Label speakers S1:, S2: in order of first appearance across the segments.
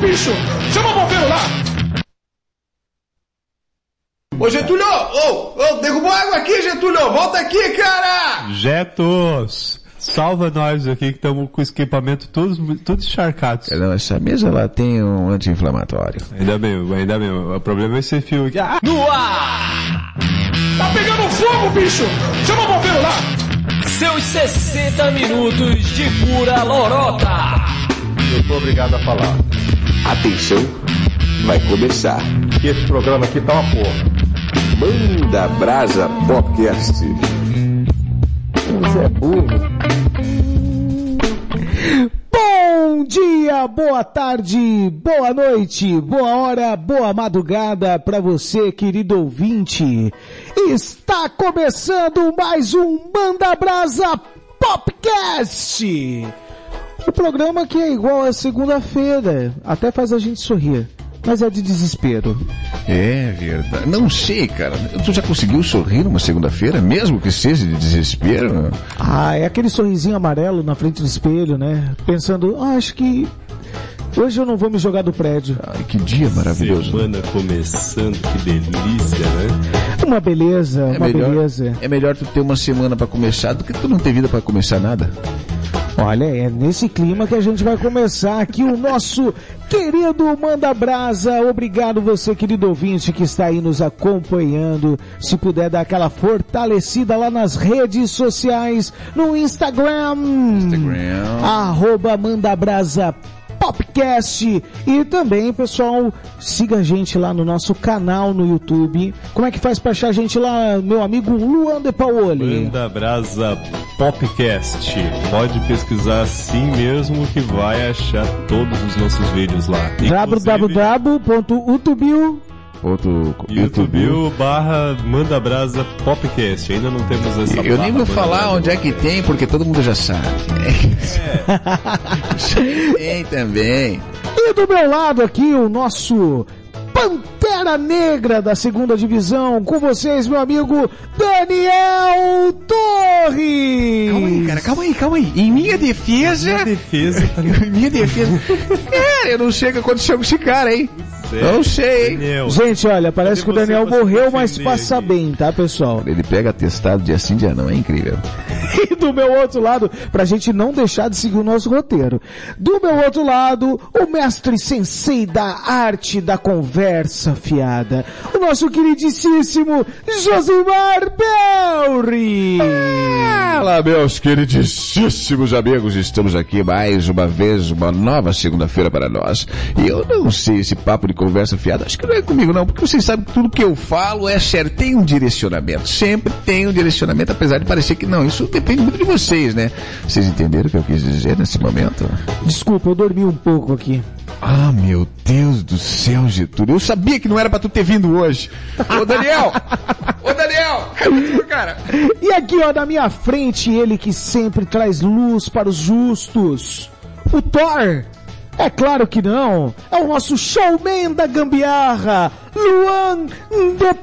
S1: bicho! Chama o bombeiro lá! Ô Getúlio, ô, ô, derrubou água aqui, Getúlio! Volta aqui, cara!
S2: Jetos! Salva nós aqui que estamos com o equipamento todos, todos encharcados.
S3: Não, essa mesa ela tem um anti-inflamatório.
S4: É.
S2: Ainda bem, ainda bem. O problema é esse fio aqui. Ah!
S1: No ar! Tá pegando fogo, bicho! Chama o bombeiro lá!
S5: Seus 60 minutos de pura lorota.
S6: Eu sou obrigado a falar.
S7: Atenção, vai começar.
S6: Que esse programa aqui tá uma porra.
S7: Manda Brasa Podcast.
S4: Bom dia, boa tarde, boa noite, boa hora, boa madrugada para você, querido ouvinte. Está começando mais um Banda Brasa Popcast. O programa que é igual a segunda-feira, até faz a gente sorrir, mas é de desespero.
S3: É verdade. Não sei, cara. Tu já conseguiu sorrir numa segunda-feira, mesmo que seja de desespero?
S4: Ah, é aquele sorrisinho amarelo na frente do espelho, né? Pensando, "Ah, acho que hoje eu não vou me jogar do prédio.
S3: Ai, que dia maravilhoso. né?
S8: Semana começando, que delícia, né?
S4: Uma beleza,
S3: É
S4: uma
S3: melhor,
S4: beleza.
S3: é melhor tu ter uma semana pra começar do que tu não ter vida pra começar nada.
S4: Olha, é nesse clima que a gente vai começar aqui o nosso querido Manda Brasa. Obrigado você, querido ouvinte, que está aí nos acompanhando. Se puder dar aquela fortalecida lá nas redes sociais, no Instagram. Hum.
S3: Instagram.
S4: Arroba Manda Brasa Popcast. E também, pessoal, siga a gente lá no nosso canal no YouTube. Como é que faz pra achar a gente lá, meu amigo Luan De Paoli?
S2: Banda Brasa Popcast. Pode pesquisar assim mesmo que vai achar todos os nossos vídeos lá.
S4: www.utubio
S3: Outro
S2: YouTube barra Manda Brasa Popcast. Ainda não temos essa né?
S3: Eu
S2: barra
S3: nem vou
S2: Manda
S3: falar
S2: Brasa.
S3: onde é que tem, porque todo mundo já sabe. É. tem também.
S4: E do meu lado aqui o nosso Pantera Negra da segunda divisão, com vocês, meu amigo Daniel Torres!
S3: Calma aí, cara, calma aí, calma aí. Em minha defesa.
S2: Minha defesa tá
S3: Em minha defesa. Cara, eu não sei o que aconteceu com esse cara, hein?
S2: certa,
S3: Não sei, hein?
S2: Daniel.
S4: Gente, olha, parece
S2: Cadê
S4: que o
S2: você
S4: Daniel
S2: pra se
S4: morreu, mas
S2: defender
S4: passa
S2: aqui?
S4: bem, tá, pessoal?
S3: Ele pega atestado de assim dia não, é incrível.
S4: E do meu outro lado, pra gente não deixar de seguir o nosso roteiro. Do meu outro lado, o mestre sensei da arte da conversa fiada, o nosso queridíssimo Josimar Belri!
S3: É! Fala, meus queridíssimos amigos, estamos aqui mais uma vez, uma nova segunda-feira para nós. E eu não sei esse papo de conversa fiada, acho que não é comigo não, porque vocês sabem que tudo que eu falo é certo, tem um direcionamento, sempre tem um direcionamento, apesar de parecer que não, isso depende muito de vocês, né? Vocês entenderam o que eu quis dizer nesse momento?
S4: Desculpa, eu dormi um pouco aqui.
S3: Ah, meu Deus do céu, Getúlio, eu sabia que não era para tu ter vindo hoje. Ô, Daniel! Ô, Daniel! Cara!
S4: E aqui, ó, na minha frente, ele que sempre traz luz para os justos. O Thor! É claro que não! É o nosso showman da gambiarra, Luan De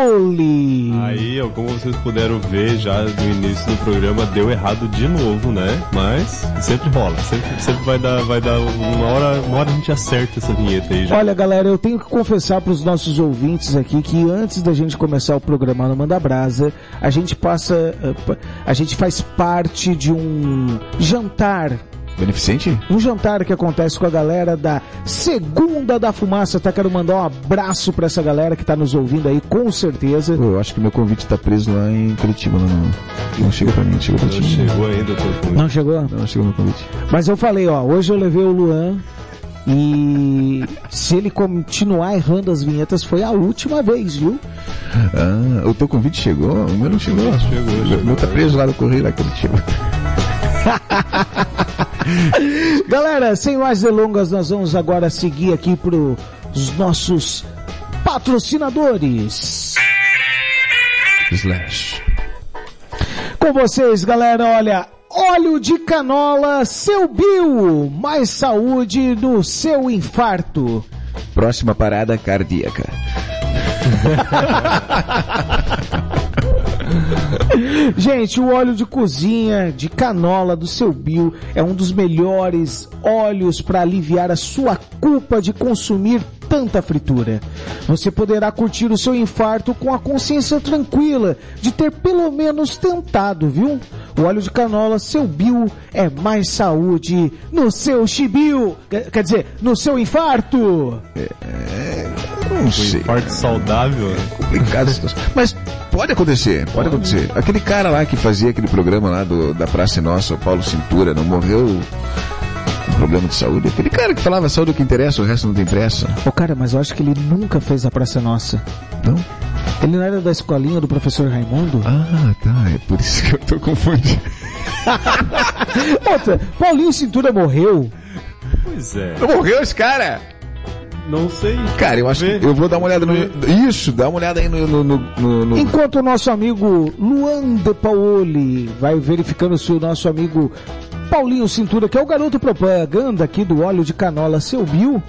S4: Paoli!
S2: Aí, ó, como vocês puderam ver já no início do programa, deu errado de novo, né? Mas sempre rola, sempre, sempre vai dar, vai dar uma hora, uma hora a gente acerta essa vinheta aí já.
S4: Olha, galera, eu tenho que confessar para os nossos ouvintes aqui que antes da gente começar o programa no Manda Brasa, a gente passa, eh, pa- a gente faz parte de um jantar
S3: Beneficente?
S4: um jantar que acontece com a galera da Segunda da Fumaça. Tá, quero mandar um abraço pra essa galera que tá nos ouvindo aí, com certeza.
S3: Pô, eu acho que meu convite tá preso lá em Curitiba, lá no... Não chegou pra mim, chegou pra
S2: Não
S3: ti.
S2: chegou ainda, tô com
S4: Não chegou?
S3: Não chegou meu convite.
S4: Mas eu falei, ó, hoje eu levei o Luan e se ele continuar errando as vinhetas, foi a última vez, viu?
S3: Ah, o teu convite chegou? O meu não chegou.
S2: Ah, chegou,
S3: Meu-
S2: chegou.
S3: meu tá preso lá no correio lá em Curitiba.
S4: Galera, sem mais delongas, nós vamos agora seguir aqui pros nossos patrocinadores.
S3: Slash.
S4: Com vocês, galera, olha, óleo de canola, seu Bio, mais saúde no seu infarto.
S3: Próxima parada cardíaca.
S4: Gente, o óleo de cozinha de canola do seu Bill é um dos melhores óleos para aliviar a sua culpa de consumir tanta fritura. Você poderá curtir o seu infarto com a consciência tranquila de ter pelo menos tentado, viu? O óleo de canola seu Bill é mais saúde no seu chibio, quer quer dizer, no seu infarto.
S3: Não sei.
S2: Parte um saudável. né?
S3: complicada a situação. Mas pode acontecer, pode acontecer. Aquele cara lá que fazia aquele programa lá do, da Praça é Nossa, o Paulo Cintura, não morreu com problema de saúde. Aquele cara que falava saúde é o que interessa, o resto não tem pressa.
S4: Ô cara, mas eu acho que ele nunca fez a Praça Nossa.
S3: Não?
S4: Ele não era da escolinha do professor Raimundo?
S3: Ah, tá. É por isso que eu tô confundindo.
S4: Outra, Paulinho Cintura morreu.
S2: Pois é.
S3: Não morreu esse cara?
S2: Não sei.
S3: Cara, eu acho que eu vou dar uma olhada no. Isso, dá uma olhada aí no. no, no, no-
S2: Hum.
S3: no-
S4: Enquanto o nosso amigo Luan de Paoli vai verificando se o nosso amigo Paulinho Cintura, que é o garoto propaganda aqui do óleo de canola, seu Bill,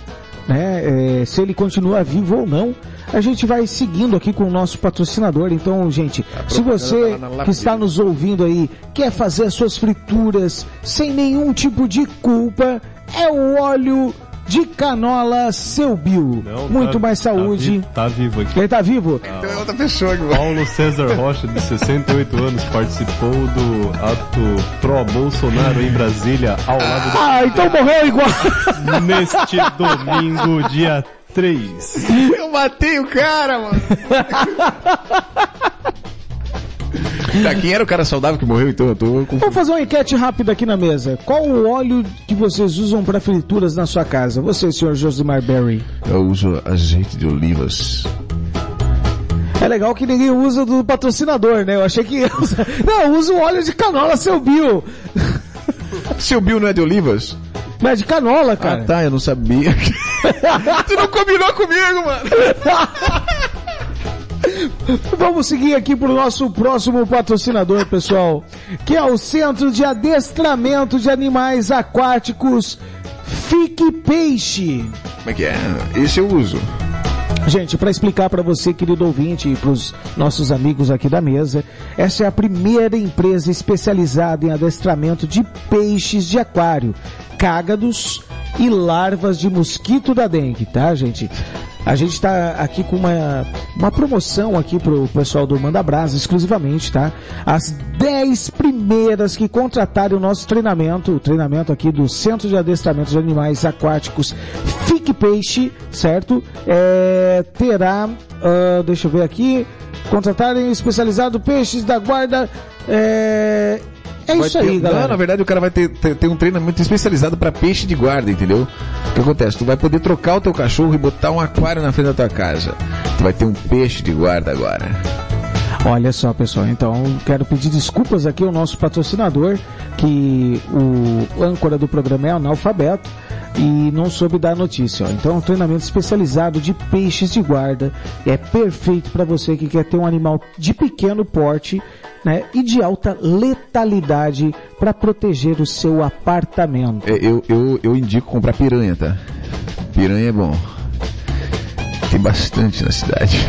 S4: né? é, se ele continua vivo ou não, a gente vai seguindo aqui com o nosso patrocinador. Então, gente, se você
S2: tá
S4: que está nos ouvindo aí quer fazer as suas frituras sem nenhum tipo de culpa, é o óleo de canola, seu Bill.
S2: Não,
S4: Muito
S2: tá-
S4: mais
S2: tá
S4: saúde.
S2: vi- Tá vivo aqui.
S4: Ele tá vivo?
S3: É outra pessoa que
S2: Paulo César Rocha, de 68 anos, participou do ato pró-Bolsonaro em Brasília, ao lado
S4: Ah, então morreu igual.
S2: do... neste domingo, dia 3.
S3: Eu matei o cara, mano. tá, quem era o cara saudável que morreu, então? Eu tô confundindo.
S4: Vamos fazer uma enquete rápida aqui na mesa. Qual o óleo que vocês usam para frituras na sua casa? Você, senhor Josimar Berry.
S3: Eu uso azeite de olivas.
S4: É legal que ninguém usa do patrocinador, né? Eu achei que ia usar. Não, usa o óleo de canola, seu Bill.
S3: Seu Bill não é de olivas?
S4: Mas de canola,
S2: É.
S3: Ah,
S4: cara.
S3: tá, eu não sabia. tu não combinou comigo, mano.
S4: Vamos seguir aqui pro nosso próximo patrocinador, pessoal, que é o Centro de Adestramento de Animais Aquáticos Fique Peixe.
S3: Como é que é? Esse eu uso.
S4: Gente, para explicar para você, querido ouvinte, e para os nossos amigos aqui da mesa, essa é a primeira empresa especializada em adestramento de peixes de aquário, cágados e larvas de mosquito da dengue, tá, gente? A gente está aqui com uma, uma promoção aqui pro pessoal do Manda Brasa, exclusivamente, tá? As 10 primeiras que contratarem o nosso treinamento, o treinamento aqui do Centro de Adestramento de Animais Aquáticos Fique Peixe, certo? É, terá, ah, deixa eu ver aqui, contratarem especializado peixes da guarda. É, é
S3: Vai
S4: isso
S3: ter-
S4: aí,
S3: Não, na
S4: galera.
S3: verdade o cara vai ter, ter, ter um treinamento especializado pra peixe de guarda, entendeu? O que acontece? Tu vai poder trocar o teu cachorro e botar um aquário na frente da tua casa. Tu vai ter um peixe de guarda agora.
S4: Olha só, pessoal, então quero pedir desculpas aqui ao nosso patrocinador, que o âncora do programa é analfabeto e não soube dar notícia. ó. Então, um treinamento especializado de peixes de guarda é perfeito para você que quer ter um animal de pequeno porte né, e de alta letalidade para proteger o seu apartamento.
S3: É, Eu, eu, eu indico comprar piranha, tá? Piranha é bom. Tem bastante na cidade.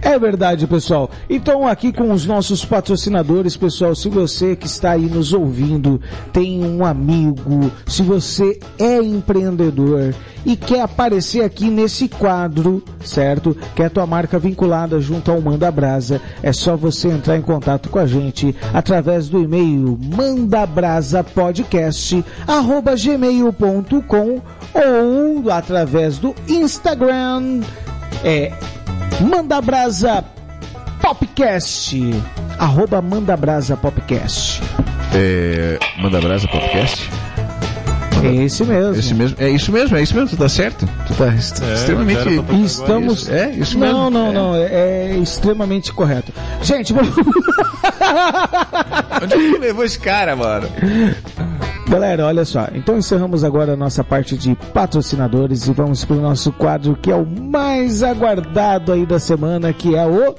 S4: É verdade, pessoal. Então, aqui com os nossos patrocinadores, pessoal, se você que está aí nos ouvindo tem um amigo, se você é empreendedor e quer aparecer aqui nesse quadro, certo? Quer tua marca vinculada junto ao Manda Brasa, é só você entrar em contato com a gente através do e-mail mandabrasapodcast@gmail.com ou através do Instagram é Manda Brasa Popcast. Arroba Manda Brasa Popcast.
S3: É, Manda brasa podcast?
S4: É esse mesmo.
S3: Esse mesmo, é isso mesmo, é isso mesmo, tu tá certo? Tu tá est-
S2: É,
S3: extremamente.
S2: cara, eu tô-
S4: E estamos.
S3: Isso, é, isso mesmo.
S4: não, não,
S3: É.
S4: não. É, é extremamente correto. Gente, vamos-
S3: Onde é que tu levou esse cara, mano?
S4: galera, olha só. Então encerramos agora a nossa parte de patrocinadores e vamos pro nosso quadro que é o mais aguardado aí da semana, que é o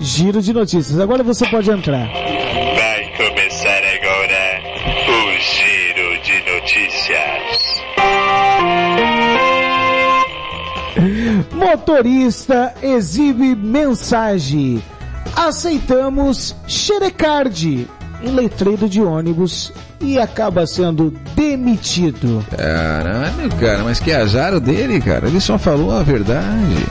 S4: Giro de Notícias. Agora você pode entrar.
S9: Vai começar agora o Giro de Notícias.
S4: Bom, Motorista exibe mensagem. Aceitamos xerecard em letreiro de ônibus e acaba sendo demitido.
S3: Caralho, cara, mas que azar o dele, cara. Ele só falou a verdade.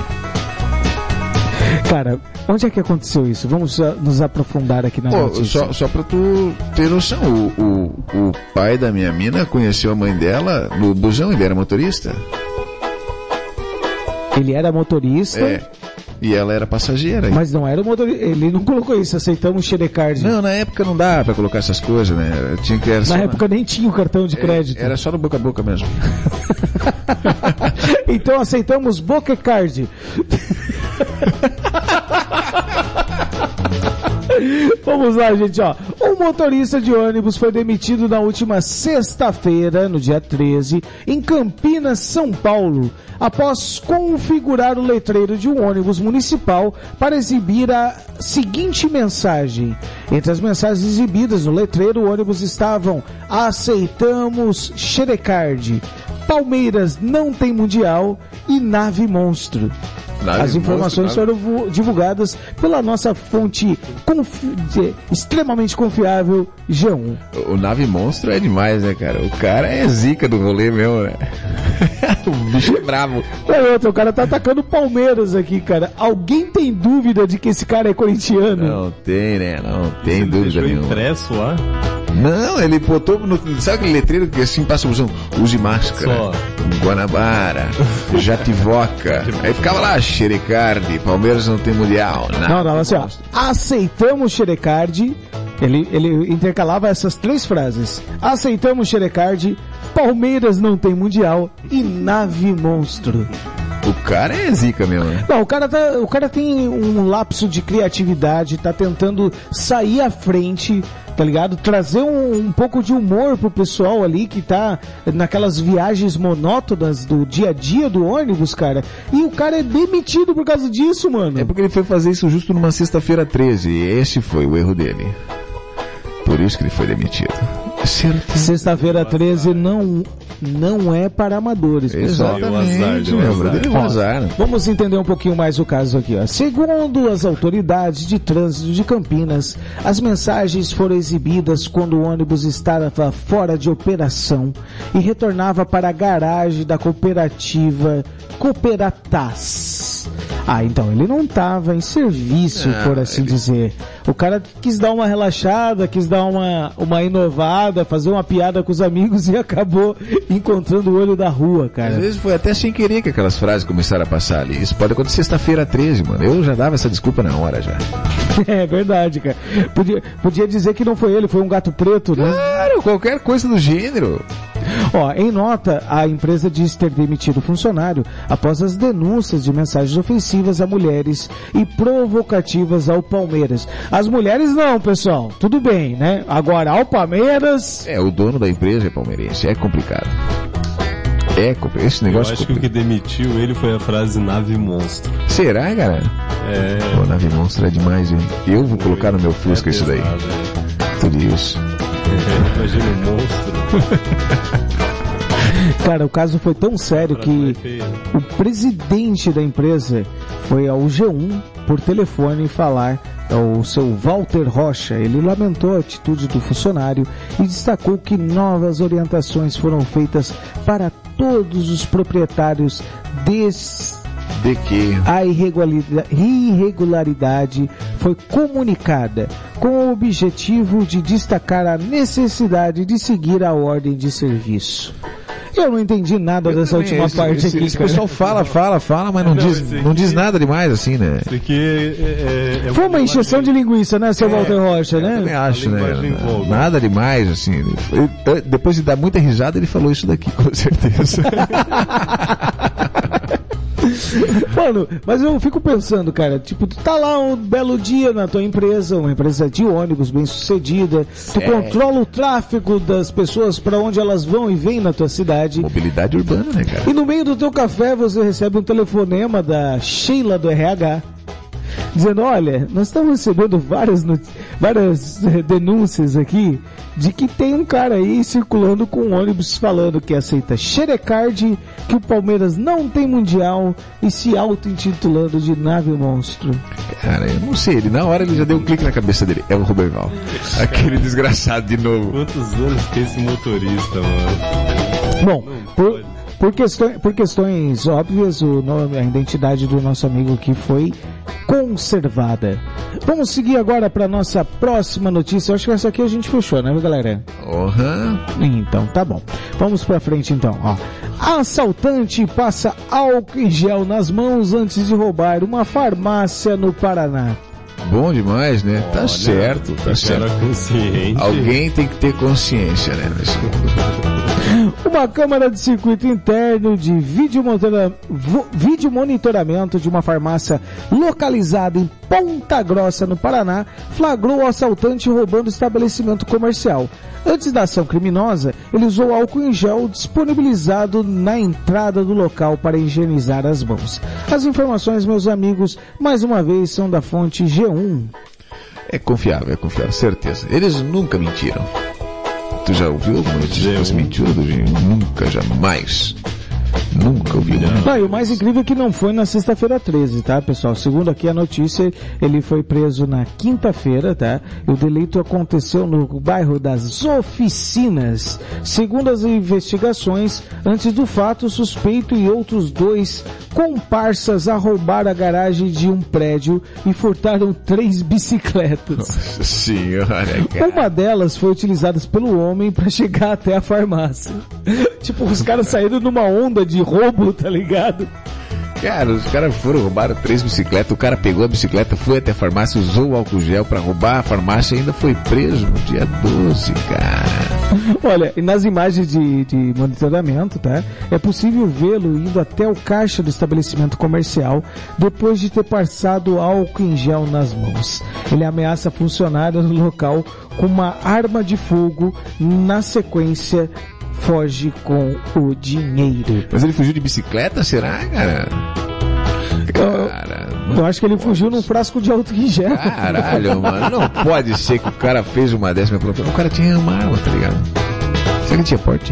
S4: Cara, onde é que aconteceu isso? Vamos ah, nos aprofundar aqui na
S3: Pô,
S4: notícia.
S3: só, só pra tu ter noção, o, o, o pai da minha mina conheceu a mãe dela no busão, ele era motorista.
S4: Ele era motorista,
S3: É. E ela era passageira.
S4: mas não era o motorista. Ele não colocou isso, aceitamos xerecard.
S3: Não, na época não dá pra colocar essas coisas, né? Tinha que era só
S4: Na época nem tinha o cartão
S3: É,
S4: de crédito.
S3: Era só no boca a boca mesmo.
S4: Então aceitamos Boca Card. Vamos lá, gente, ó. Um motorista de ônibus foi demitido na última sexta-feira, no dia 13, em Campinas, São Paulo, após configurar o letreiro de um ônibus municipal para exibir a seguinte mensagem. Entre as mensagens exibidas no letreiro, ônibus estavam: "Aceitamos Xerecard. Palmeiras não tem mundial e nave monstro".
S3: Nave
S4: As informações
S3: monstro,
S4: foram vu- divulgadas pela nossa fonte confi- de- extremamente confiável, G1.
S3: O nave monstro é demais, né, cara? O cara é zica do rolê mesmo, né? o bicho é bravo.
S4: É outra, o cara tá atacando o Palmeiras aqui, cara. Alguém tem dúvida de que esse cara é corintiano?
S3: Não tem, né? Não tem
S2: Ele
S3: dúvida
S2: deixou
S3: nenhuma.
S2: impresso lá.
S3: Não, ele botou no. Sabe aquele letreiro que assim passa o busão? Use máscara.
S2: Só.
S3: Guanabara. Jativoca. Aí ficava lá, Xerecardi. Palmeiras não tem mundial. Nada.
S4: Não, não, assim, ó. Aceitamos Xerecard. Ele, ele intercalava essas três frases. Aceitamos Xerecard, Palmeiras não tem mundial e nave monstro.
S3: O cara é zica mesmo, né?
S4: Não, o cara, tá, o cara tem um lapso de criatividade, tá tentando sair à frente, tá ligado? Trazer um, um pouco de humor pro pessoal ali que tá naquelas viagens monótonas do dia a dia do ônibus, cara. E o cara é demitido por causa disso, mano.
S3: É porque ele foi fazer isso justo numa sexta-feira 13. E esse foi o erro dele. Por isso que ele foi demitido. Certeza.
S4: Sexta-feira 13 não, não é para amadores, pessoal.
S2: Deu azar,
S3: Exatamente,
S2: deu
S3: meu
S2: azar.
S3: brother. Deu azar.
S4: Vamos entender um pouquinho mais o caso aqui. Ó. Segundo as autoridades de trânsito de Campinas, as mensagens foram exibidas quando o ônibus estava fora de operação e retornava para a garagem da cooperativa Cooperatas. Ah, então ele não estava em serviço, por assim dizer. O cara quis dar uma relaxada, quis dar uma, uma inovada, fazer uma piada com os amigos e acabou encontrando o olho da rua, cara.
S3: Às vezes foi até sem querer que aquelas frases começaram a passar ali. Isso pode acontecer sexta-feira 13, mano. Eu já dava essa desculpa na hora já.
S4: É verdade, cara. Podia, podia dizer que não foi ele, foi um gato preto, né?
S3: Claro, qualquer coisa do gênero.
S4: Ó, em nota, a empresa diz ter demitido o funcionário após as denúncias de mensagens ofensivas a mulheres e provocativas ao Palmeiras. As mulheres não, pessoal. Tudo bem, né? Agora, ao Palmeiras...
S3: É, o dono da empresa é palmeirense. É complicado. É complicado. Esse
S2: Eu
S3: negócio é
S2: acho que o que demitiu ele foi a frase nave monstro.
S3: Será, cara?
S2: É.
S3: Pô, nave monstro é demais, hein? Eu vou colocar no meu Fusca
S2: é
S3: isso daí.
S2: pesado, né?
S3: Tudo isso.
S2: Imagina um monstro.
S4: Cara, o caso foi tão sério
S2: é
S4: que... O presidente da empresa foi ao G1 por telefone falar ao seu Walter Rocha. Ele lamentou a atitude do funcionário e destacou que novas orientações foram feitas para todos os proprietários des
S3: De que?
S4: a irregulida- irregularidade foi comunicada com o objetivo de destacar a necessidade de seguir a ordem de serviço. Eu não entendi nada dessa
S3: Também,
S4: última
S3: esse-
S4: parte
S3: esse-
S4: aqui.
S3: esse
S4: cara.
S3: pessoal fala, fala, fala, mas não,
S2: Não,
S3: diz,
S2: esse aqui-
S3: não diz nada demais assim, né?
S2: Isso aqui é, é- é
S4: Foi uma injeção de linguiça, né, seu Walter Rocha,
S3: Eu também
S4: né?
S3: acho, né?
S2: linguagem vulgar.
S3: Nada demais, assim. Ele foi- eu- Depois de dar muita risada, ele falou isso daqui, com certeza.
S4: Mano, mas eu fico pensando, cara, tipo, tu tá lá um belo dia na tua empresa, uma empresa de ônibus bem sucedida, tu controla o tráfego das pessoas pra onde elas vão e vêm na tua cidade.
S3: Mobilidade urbana, né, cara?
S4: E no meio do teu café você recebe um telefonema da Sheila do RH dizendo: olha, nós estamos recebendo várias, not- várias eh, denúncias aqui de que tem um cara aí circulando com um ônibus falando que aceita xerecard, que o Palmeiras não tem mundial e se auto-intitulando de nave monstro.
S3: Cara, eu não sei, ele na hora ele já deu um clique na cabeça dele. É o Ruberval. Aquele desgraçado de novo.
S2: Quantos anos tem esse motorista, mano?
S4: Bom, por, por, questões, por questões óbvias, o nome, a identidade do nosso amigo aqui foi conservada. Vamos seguir agora para nossa próxima notícia. Eu acho que essa aqui a gente fechou, né, galera?
S3: Aham.
S4: Então, tá bom. Vamos pra frente então, ó. Assaltante passa álcool em gel nas mãos antes de roubar uma farmácia no Paraná.
S3: Bom demais, né? Tá
S2: Olha,
S3: certo, tá
S2: Cara é
S3: certo.
S2: consciente.
S3: Alguém tem que ter consciência, né? nesse mundo.
S4: Uma câmara de circuito interno de videomonitora- vo- videomonitoramento de uma farmácia localizada em Ponta Grossa, no Paraná, flagrou o assaltante roubando o estabelecimento comercial. Antes da ação criminosa, ele usou álcool em gel disponibilizado na entrada do local para higienizar as mãos. As informações, meus amigos, mais uma vez são da fonte G1.
S3: É confiável, é confiável, certeza. Eles nunca mentiram. Tu já ouviu alguma notícia
S2: Eu-
S3: mentirosa? Nunca, jamais. Nunca ouvi.
S4: Não, e o mais incrível é que não foi na sexta-feira 13, tá, pessoal? Segundo aqui a notícia, ele foi preso na quinta-feira, tá? E o delito aconteceu no bairro das Oficinas. Segundo as investigações, antes do fato, o suspeito e outros dois comparsas arrombaram a garagem de um prédio e furtaram três bicicletas.
S3: Nossa senhora, cara.
S4: Uma delas foi utilizada pelo homem para chegar até a farmácia. tipo, os caras saíram numa onda de roubo, tá ligado?
S3: Cara, os caras foram roubaram três bicicletas, o cara pegou a bicicleta, foi até a farmácia, usou o álcool gel pra roubar a farmácia e ainda foi preso no dia 12, cara.
S4: Olha, e nas imagens de, de monitoramento, tá? É possível vê-lo indo até o caixa do estabelecimento comercial depois de ter passado álcool em gel nas mãos. Ele ameaça funcionários no local com uma arma de fogo. Na sequência, foge com o dinheiro.
S3: Mas ele fugiu de bicicleta, será, cara? Cara,
S4: Eu acho que ele fugiu num frasco de álcool em gel.
S3: É. Caralho, mano, não pode ser que o cara fez uma décima O cara tinha uma arma, tá ligado? Será que tinha porte?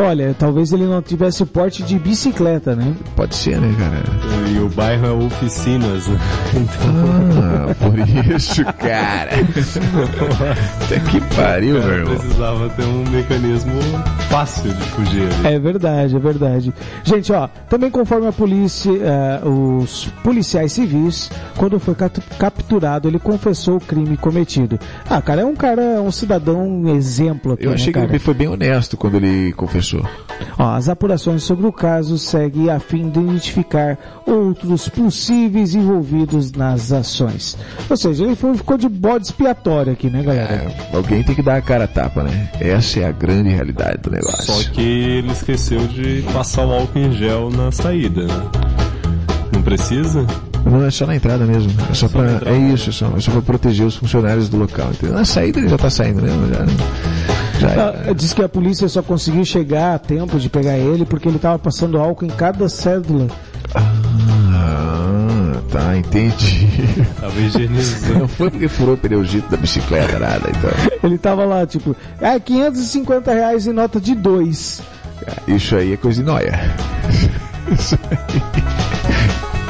S4: Olha, talvez ele não tivesse o porte de bicicleta, né?
S3: Pode ser, né, cara?
S2: E o bairro é oficinas, né? Então,
S3: Ah, por isso, cara. Até que pariu, meu irmão.
S2: precisava ter um mecanismo fácil de fugir ali.
S4: É verdade, é verdade. Gente, ó, também conforme a polícia, eh, os policiais civis, quando foi catu- capturado, ele confessou o crime cometido. Ah, cara, é um cara, é um cidadão um exemplo aqui,
S3: Eu
S4: né,
S3: achei que
S4: cara?
S3: ele foi bem honesto quando ele confessou.
S4: Ó, as apurações sobre o caso seguem a fim de identificar outros possíveis envolvidos nas ações. Ou seja, ele foi- ficou de bode expiatório aqui, né, galera?
S3: É, alguém tem que dar a cara a tapa, né? Essa é a grande realidade do
S2: Só
S3: negócio.
S2: que ele esqueceu de passar o álcool em gel na saída. né? Não precisa?
S3: Não é só na entrada mesmo. É só
S2: na
S3: pra.
S2: entrada.
S3: É isso, é só, é só pra proteger os funcionários do local. Entendeu? Na saída ele já tá saindo, né? Já, é. já,
S4: Ah, Diz que a polícia só conseguiu chegar a tempo de pegar ele porque ele estava passando álcool em cada cédula.
S3: Ah, tá, entendi.
S2: Tava higienizando.
S3: Não foi porque furou o pneuzito da bicicleta, nada, então.
S4: Ele tava lá, tipo, ah, 550 reais em nota de dois.
S3: Isso aí é coisa de noia. Isso aí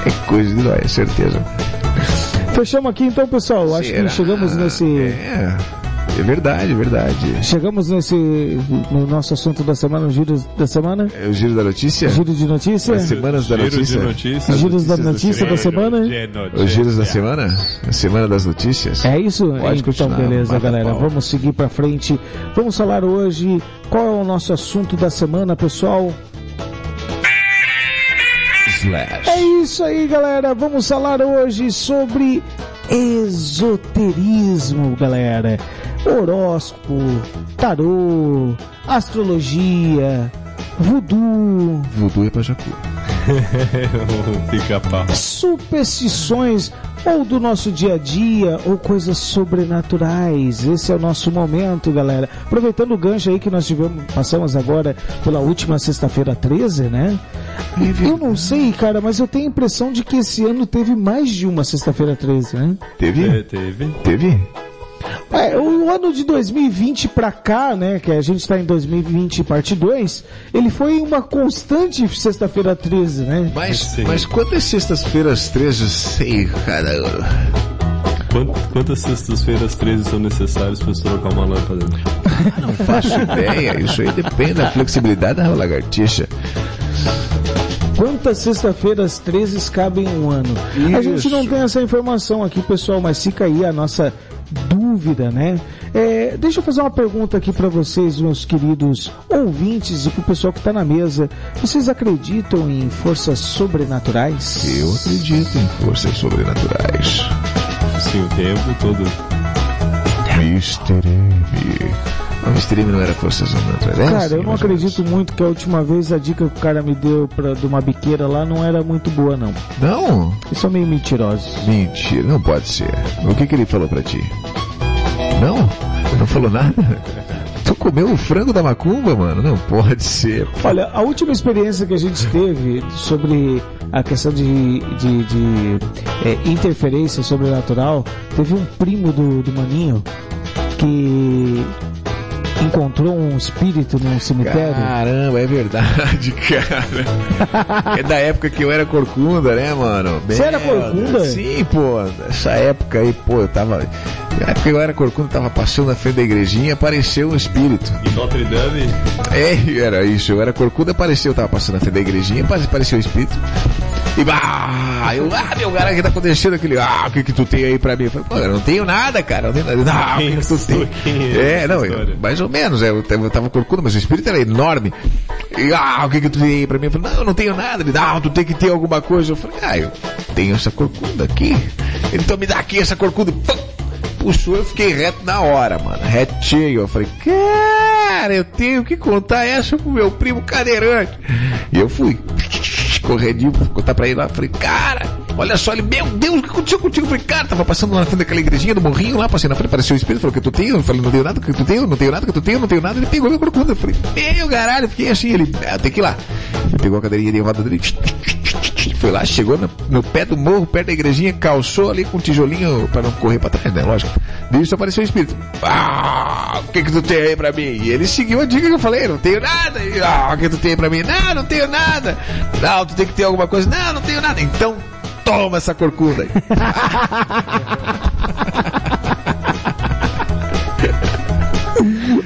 S3: é coisa de noia, certeza.
S4: Fechamos aqui então, pessoal. Acho
S3: Será?
S4: que chegamos nesse.
S3: É, é verdade, é verdade.
S4: Chegamos nesse. No nosso assunto da semana, o giro da semana.
S3: É o giro da notícia?
S4: Giro de notícia.
S3: As semanas da
S2: Giro de
S3: notícia?
S2: notícias.
S4: Giros da
S3: notícias da
S4: notícia da semana.
S3: Os giros da semana? A semana das notícias?
S4: É isso?
S3: Pode
S4: então,
S3: continuar,
S4: beleza,
S3: manda
S4: galera.
S3: pau.
S4: Vamos seguir pra frente. Vamos falar hoje qual é o nosso assunto da semana, pessoal. É
S3: Slash.
S4: isso aí, galera. Vamos falar hoje sobre esoterismo, galera. Horóscopo, tarô, astrologia, voodoo.
S3: Voodoo é pra Jacu.
S2: Um Pica-pau.
S4: Superstições ou do nosso dia a dia ou coisas sobrenaturais. Esse é o nosso momento, galera. Aproveitando o gancho aí que nós tivemos, passamos agora pela última sexta-feira 13, né? Eu não sei, cara, mas eu tenho a impressão de que esse ano teve mais de uma sexta-feira 13, né?
S3: Teve?
S2: É, teve.
S3: Teve?
S4: É, o ano de 2020 pra cá, né, que a gente tá em 2020 parte 2, ele foi uma constante sexta-feira 13, né?
S3: Mas,
S2: Sim.
S3: mas quantas sextas-feiras 13 sei, cara?
S2: Quant- quantas sextas-feiras 13 são necessárias para você trocar uma lâmpada?
S3: Não faço ideia. Isso aí depende da flexibilidade da lagartixa.
S4: Quantas sexta-feiras 13 cabem em um ano? A gente não tem essa informação aqui, pessoal, mas fica aí a nossa dúvida, né? É, deixa eu fazer uma pergunta aqui para vocês, meus queridos ouvintes e pro pessoal que tá na mesa. Vocês acreditam em forças sobrenaturais?
S3: Eu acredito em forças sobrenaturais.
S2: Sim, o tempo todo.
S3: Mr. M. Não, Mr. M não era forças sobrenaturais. era
S4: Cara,
S3: sim,
S4: eu não
S3: mas-
S4: acredito muito que a última vez a dica que o cara me deu pra, de uma biqueira lá não era muito boa, não.
S3: Não?
S4: Eles são meio mentirosos.
S3: Mentira, não pode ser. O que, que ele falou pra ti? Não? Não falou nada? Tu comeu o frango da macumba, mano? Não pode ser.
S4: Olha, a última experiência que a gente teve sobre a questão de, de, de, é, interferência sobrenatural, teve um primo do, do Maninho que encontrou um espírito num cemitério.
S3: Caramba, é verdade, cara. É da época que eu era corcunda, né, mano?
S4: Você era
S3: Merda.
S4: corcunda?
S3: Sim, pô. Essa época aí, pô, eu tava. Na época que eu era corcunda, eu tava passando na frente da igrejinha, apareceu um espírito.
S2: E Notre Dame?
S3: É, era isso. Eu era corcunda, apareceu, eu tava passando na frente da igrejinha, apare- apareceu o espírito. E bah, eu, ah, meu cara, o que tá acontecendo? Aquele, ah, o que que tu tem aí pra mim? Eu falei, pô, eu não tenho nada, cara, eu não tenho nada. Ah, o que que tu tem?
S2: Quem é
S3: É,
S2: essa
S3: não, eu-
S2: história?
S3: mais ou menos, é, eu, tava- eu tava corcunda, mas o espírito era enorme. E, ah, o que que tu tem aí pra mim? Eu falei, não, eu não tenho nada. Ele, ah, tu tem que ter alguma coisa. Eu falei, ah, eu tenho essa corcunda aqui. Ele, então me dá aqui essa corcunda. Pum! Puxou, eu fiquei reto na hora, mano. Retinho. Eu falei, cara, eu tenho que contar essa pro meu primo cadeirante. E eu fui. Corredinho, fui contar pra ele lá. Falei, cara, olha só, ele, meu Deus, o que aconteceu contigo? Eu falei, cara, tava passando lá na frente daquela igrejinha do morrinho lá, passei na frente, apareceu o espelho, falou que tu tem, eu falei, não tenho nada que tu tem, não tenho nada que tu tem, não tenho nada. Ele pegou meu corcunda. Eu falei, meu caralho, fiquei assim, ele, ah, tem que ir lá. Ele pegou a cadeirinha de roda dele, foi lá, chegou no, no pé do morro, perto da igrejinha, calçou ali com um tijolinho pra não correr pra trás, né? Lógico. Disso apareceu o espírito. Ah, o que que tu tem aí pra mim? E ele seguiu a dica que eu falei, não tenho nada. E, ah, o que tu tem aí pra mim? Não, não tenho nada. Não, tu tem que ter alguma coisa. Não, não tenho nada. Então, toma essa corcunda aí.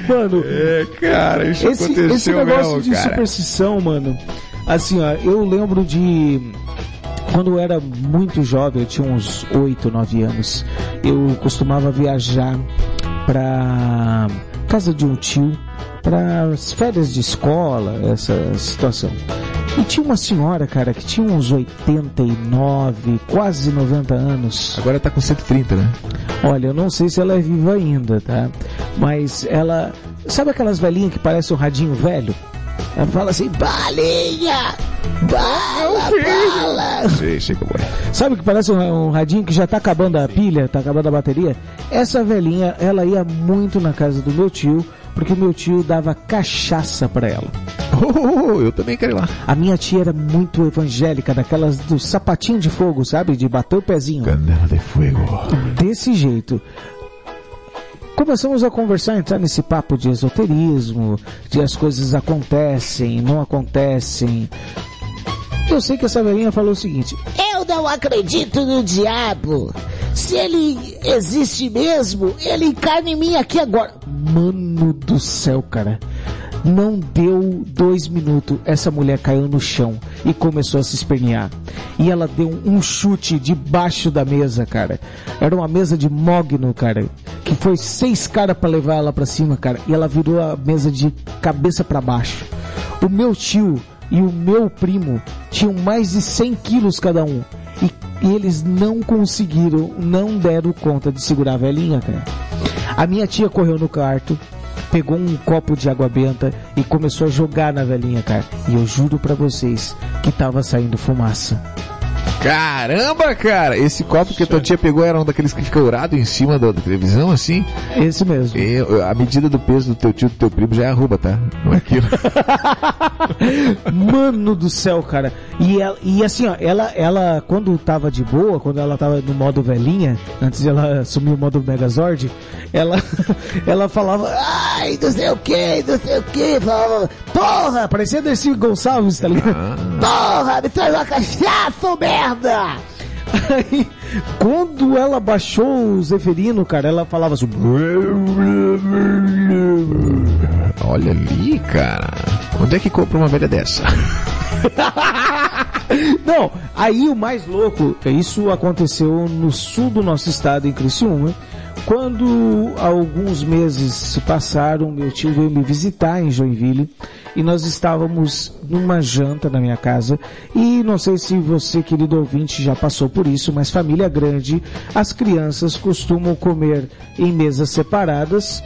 S4: Mano,
S3: É, cara, isso
S4: esse,
S3: aconteceu
S4: esse negócio
S3: mesmo,
S4: de
S3: cara.
S4: superstição, mano. Assim, ó, eu lembro de quando eu era muito jovem, eu tinha uns 8, 9 anos, eu costumava viajar pra casa de um tio para as férias de escola, essa situação. E tinha uma senhora, cara, que tinha uns 89, quase 90 anos.
S3: Agora tá com 130, né?
S4: Olha, eu não sei se ela é viva ainda, tá? Mas ela. Sabe aquelas velhinhas que parecem um radinho velho? Ela fala assim, balinha! Bala, bala!
S3: Sei, sei como é.
S4: Sabe que parece um, um radinho que já tá acabando a pilha, tá acabando a bateria? Essa velhinha, ela ia muito na casa do meu tio, porque meu tio dava cachaça pra ela.
S3: Oh, eu também quero ir lá.
S4: A minha tia era muito evangélica, daquelas do sapatinho de fogo, sabe? De bater o pezinho.
S3: Candela de fogo.
S4: desse jeito. Começamos a conversar, entrar nesse papo de esoterismo, de as coisas acontecem, não acontecem. Eu sei que essa velhinha falou o seguinte: Eu não acredito no diabo. Se ele existe mesmo, ele encarna em mim aqui agora. Mano do céu, cara. Não deu dois minutos, essa mulher caiu no chão e começou a se espernear. E ela deu um chute debaixo da mesa, cara. Era uma mesa de mogno, cara. Que foi seis caras pra levar ela pra cima, cara. E ela virou a mesa de cabeça pra baixo. O meu tio e o meu primo tinham mais de 100 quilos cada um. E, e eles não conseguiram, não deram conta de segurar a velhinha, cara. A minha tia correu no quarto, pegou um copo de água benta e começou a jogar na velhinha, cara. E eu juro pra vocês que tava saindo fumaça.
S3: Caramba, cara! Esse copo que a tua tia pegou era um daqueles que fica ourado em cima da, da televisão, assim?
S4: Esse mesmo.
S3: E, eu- a medida do peso do teu tio e do teu primo já é arruba, tá? Não é aquilo.
S4: Mano do céu, cara. E, ela- e assim, ó, ela, ela, quando tava de boa, quando ela tava no modo velhinha, antes de ela assumir o modo Megazord, ela, ela falava, ai, não sei o que, não sei o que, falava, porra, parecia Dercy Gonçalves, tá ligado? Porra, me traz uma cachaça, ô merda! Aí, quando ela baixou o Zeferino, cara, ela falava assim,
S3: Olha ali, cara. Onde é que compra uma velha dessa?
S4: Não, aí o mais louco, é isso aconteceu no sul do nosso estado, em Criciúma. Quando alguns meses se passaram, meu tio veio me visitar em Joinville e nós estávamos numa janta na minha casa. E não sei se você, querido ouvinte, já passou por isso, mas família grande, as crianças costumam comer em mesas separadas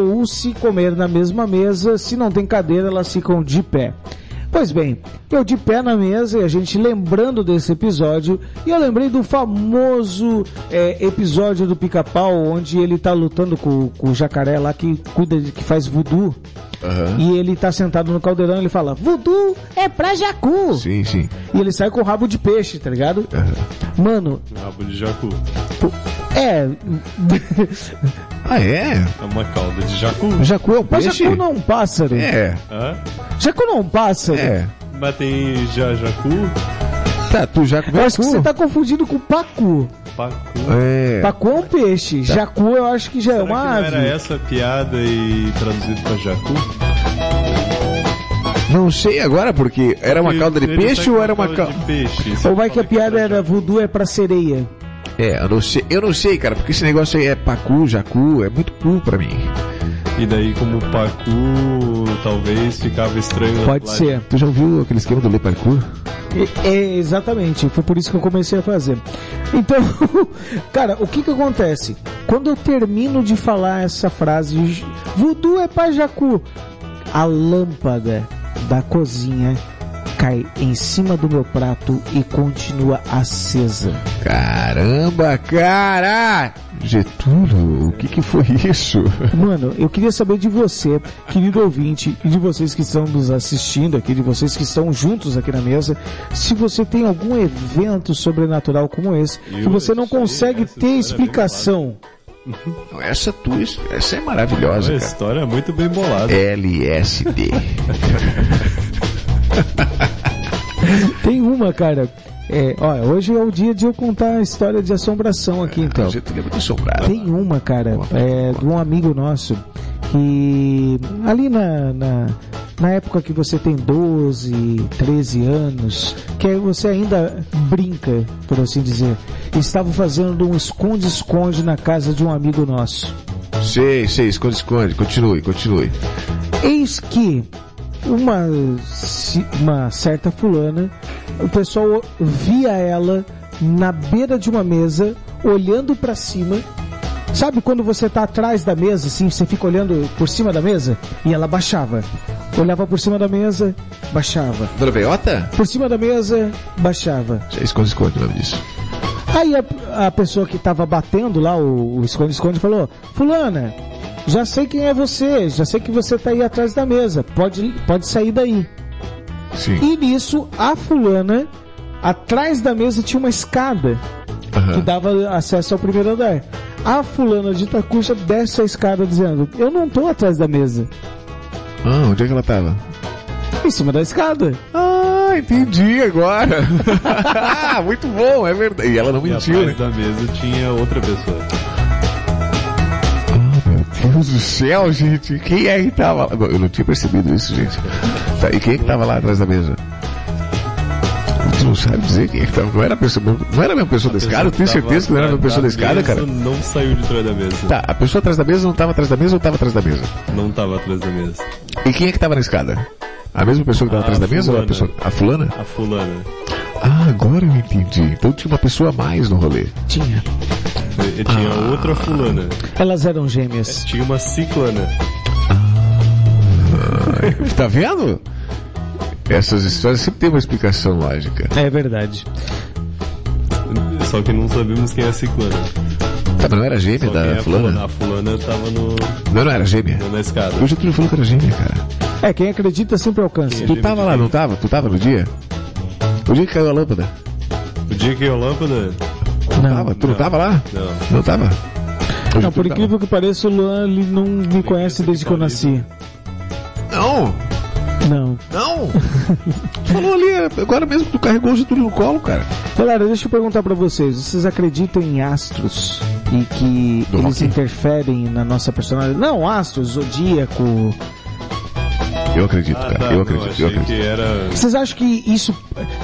S4: ou se comer na mesma mesa, se não tem cadeira, elas ficam de pé. Pois bem, eu de pé na mesa e a gente lembrando desse episódio, e eu lembrei do famoso eh, episódio do Pica-Pau, onde ele tá lutando com, com o jacaré lá que cuida, de- que faz voodoo, e ele tá sentado no caldeirão e ele fala, voodoo é pra jacu!
S3: Sim, sim.
S4: E ele sai com o rabo de peixe, tá ligado? Mano,
S2: Um Rabo de jacu.
S4: é...
S3: Ah, é?
S2: É uma cauda de jacu.
S4: jacu é um Mas
S3: peixe?
S4: jacu não é um pássaro.
S3: É,
S2: Hã?
S4: Jacu não é um pássaro.
S3: é.
S2: Mas tem já jacu,
S3: Tá, tu já comeu
S4: Eu acho que
S3: cu?
S4: você tá confundido com o pacu.
S2: pacu.
S3: É. Tá.
S4: Pacu é um peixe, jacu eu acho que já é
S2: Será que
S4: uma
S2: não
S4: ave.
S2: era essa a piada e traduzido pra jacu?
S3: Não sei agora porque era É uma
S2: Ele-
S3: calda de
S2: ele tá
S3: peixe
S2: com
S3: ou era uma
S2: cauda
S3: calda.
S2: de peixe? Isso
S4: Ou vai que a
S2: fala é
S4: piada
S2: pra
S4: era voodoo é pra sereia?
S3: É, eu não sei, eu não sei, cara, porque esse negócio aí é pacu, jacu, é muito cu pra mim.
S2: jacu. E daí, como pacu, talvez ficava estranho.
S4: Pode
S2: lá
S4: ser.
S3: Tu já ouviu aquele esquema do Le Parkour?
S4: E- É, exatamente, foi por isso que eu comecei a fazer. Então, cara, o que que acontece? Quando eu termino de falar essa frase, j- voodoo é pra jacu, a lâmpada da cozinha cai em cima do meu prato e continua acesa.
S3: Caramba, cara! Getúlio, o que que foi isso?
S4: Mano, eu queria saber de você, querido ouvinte, e de vocês que estão nos assistindo aqui, de vocês que estão juntos aqui na mesa, se você tem algum evento sobrenatural como esse, que
S2: Eu
S4: você não
S2: sei,
S4: consegue
S2: essa
S4: ter
S2: história é
S4: explicação.
S3: Não, Essa tua, essa é
S2: Uma
S3: maravilhosa, cara. É,
S2: história muito bem bolada.
S3: LSD.
S4: Tem uma, cara. É, ó, hoje é o dia de eu contar a história de assombração aqui, então.
S3: Getúlio é muito assombrado.
S4: Tem uma, cara, é, de um amigo nosso que ali na, na, na época que você tem 12, 13 anos, que você ainda brinca, por assim dizer, estava fazendo um esconde-esconde na casa de um amigo nosso.
S3: um. Sei, sei, esconde, esconde. Continue, continue.
S4: Eis que uma, ci- uma certa fulana, o pessoal via ela na beira de uma mesa, olhando pra cima. Sabe quando você tá atrás da mesa, assim, você fica olhando por cima da mesa? E ela baixava. Olhava por cima da mesa, baixava.
S3: Dona Veiota?
S4: Por cima da mesa, baixava.
S3: Já Esconde, esconde o nome disso.
S4: Aí a, a pessoa que tava batendo lá, o o esconde-esconde, falou: Fulana, já sei quem é você, já sei que você tá aí atrás da mesa, pode, pode sair daí.
S3: Sim.
S4: E nisso, a Fulana, atrás da mesa tinha uma escada que
S3: Aham.
S4: dava acesso ao primeiro andar. A Fulana de Itacuja desce a escada dizendo: Eu não tô atrás da mesa,
S3: Ah, onde é que ela tava?
S4: em cima da escada.
S3: Ah, entendi agora. Ah, muito bom, é verdade. E ela não
S2: E
S3: mentiu, né?
S2: atrás da mesa tinha outra pessoa.
S3: Meu Deus do céu, gente. Quem é que tava lá? Bom, Eu não tinha percebido isso, gente. Tá, e quem é que tava lá atrás da mesa? Tu não sabe dizer quem é que tava. Não era a pessoa, não era a mesma pessoa da escada? Eu tenho certeza que não era a mesma pessoa da escada, cara.
S2: Não saiu de trás da mesa.
S3: Tá, a pessoa atrás da mesa não tava atrás da mesa ou tava atrás da mesa?
S2: Não tava atrás da mesa.
S3: E quem é que tava na escada? A mesma pessoa que tava
S2: Ah, A
S3: atrás da mesa ou a pessoa?
S2: fulana.
S3: A fulana?
S2: A fulana.
S3: Ah, agora eu entendi. Então tinha uma pessoa a mais no rolê.
S4: Tinha.
S3: Ah.
S2: E tinha outra fulana.
S4: Elas eram gêmeas.
S2: Tinha uma ciclana.
S3: tá vendo? Essas histórias sempre tem uma explicação lógica.
S4: É verdade.
S2: Só que não sabemos quem é a ciclana.
S3: Tá, mas não era gêmea
S2: Só
S3: da
S2: quem é a
S3: fulana?
S2: A fulana tava no,
S3: Não, não era gêmea.
S2: na escada.
S3: O Getúlio falou que era gêmea, cara.
S4: É, quem acredita sempre alcança.
S3: Tu tava lá, não tava? Tu tava no dia? O dia que caiu a lâmpada?
S2: O dia que eu lâmpada...
S3: Tu tava? Tu não,
S2: Não.
S3: tava lá?
S2: Não.
S3: Não tava? O
S4: Não,
S3: Getúlio
S4: por
S3: tava.
S4: incrível que pareça, o Luan ele não me conhece desde que eu nasci.
S3: Não,
S4: Não.
S3: não. Tu falou ali, é, agora mesmo que tu carregou o Getúlio no colo, cara.
S4: Galera, deixa eu perguntar pra vocês. Vocês acreditam em astros e que
S3: Do
S4: eles
S3: rock?
S4: interferem na nossa personalidade? Não, astros, zodíaco.
S3: Eu acredito,
S2: Ah,
S3: cara.
S2: tá,
S3: eu
S2: não,
S3: acredito,
S2: achei
S3: eu acredito.
S2: que era...
S4: Vocês acham que isso.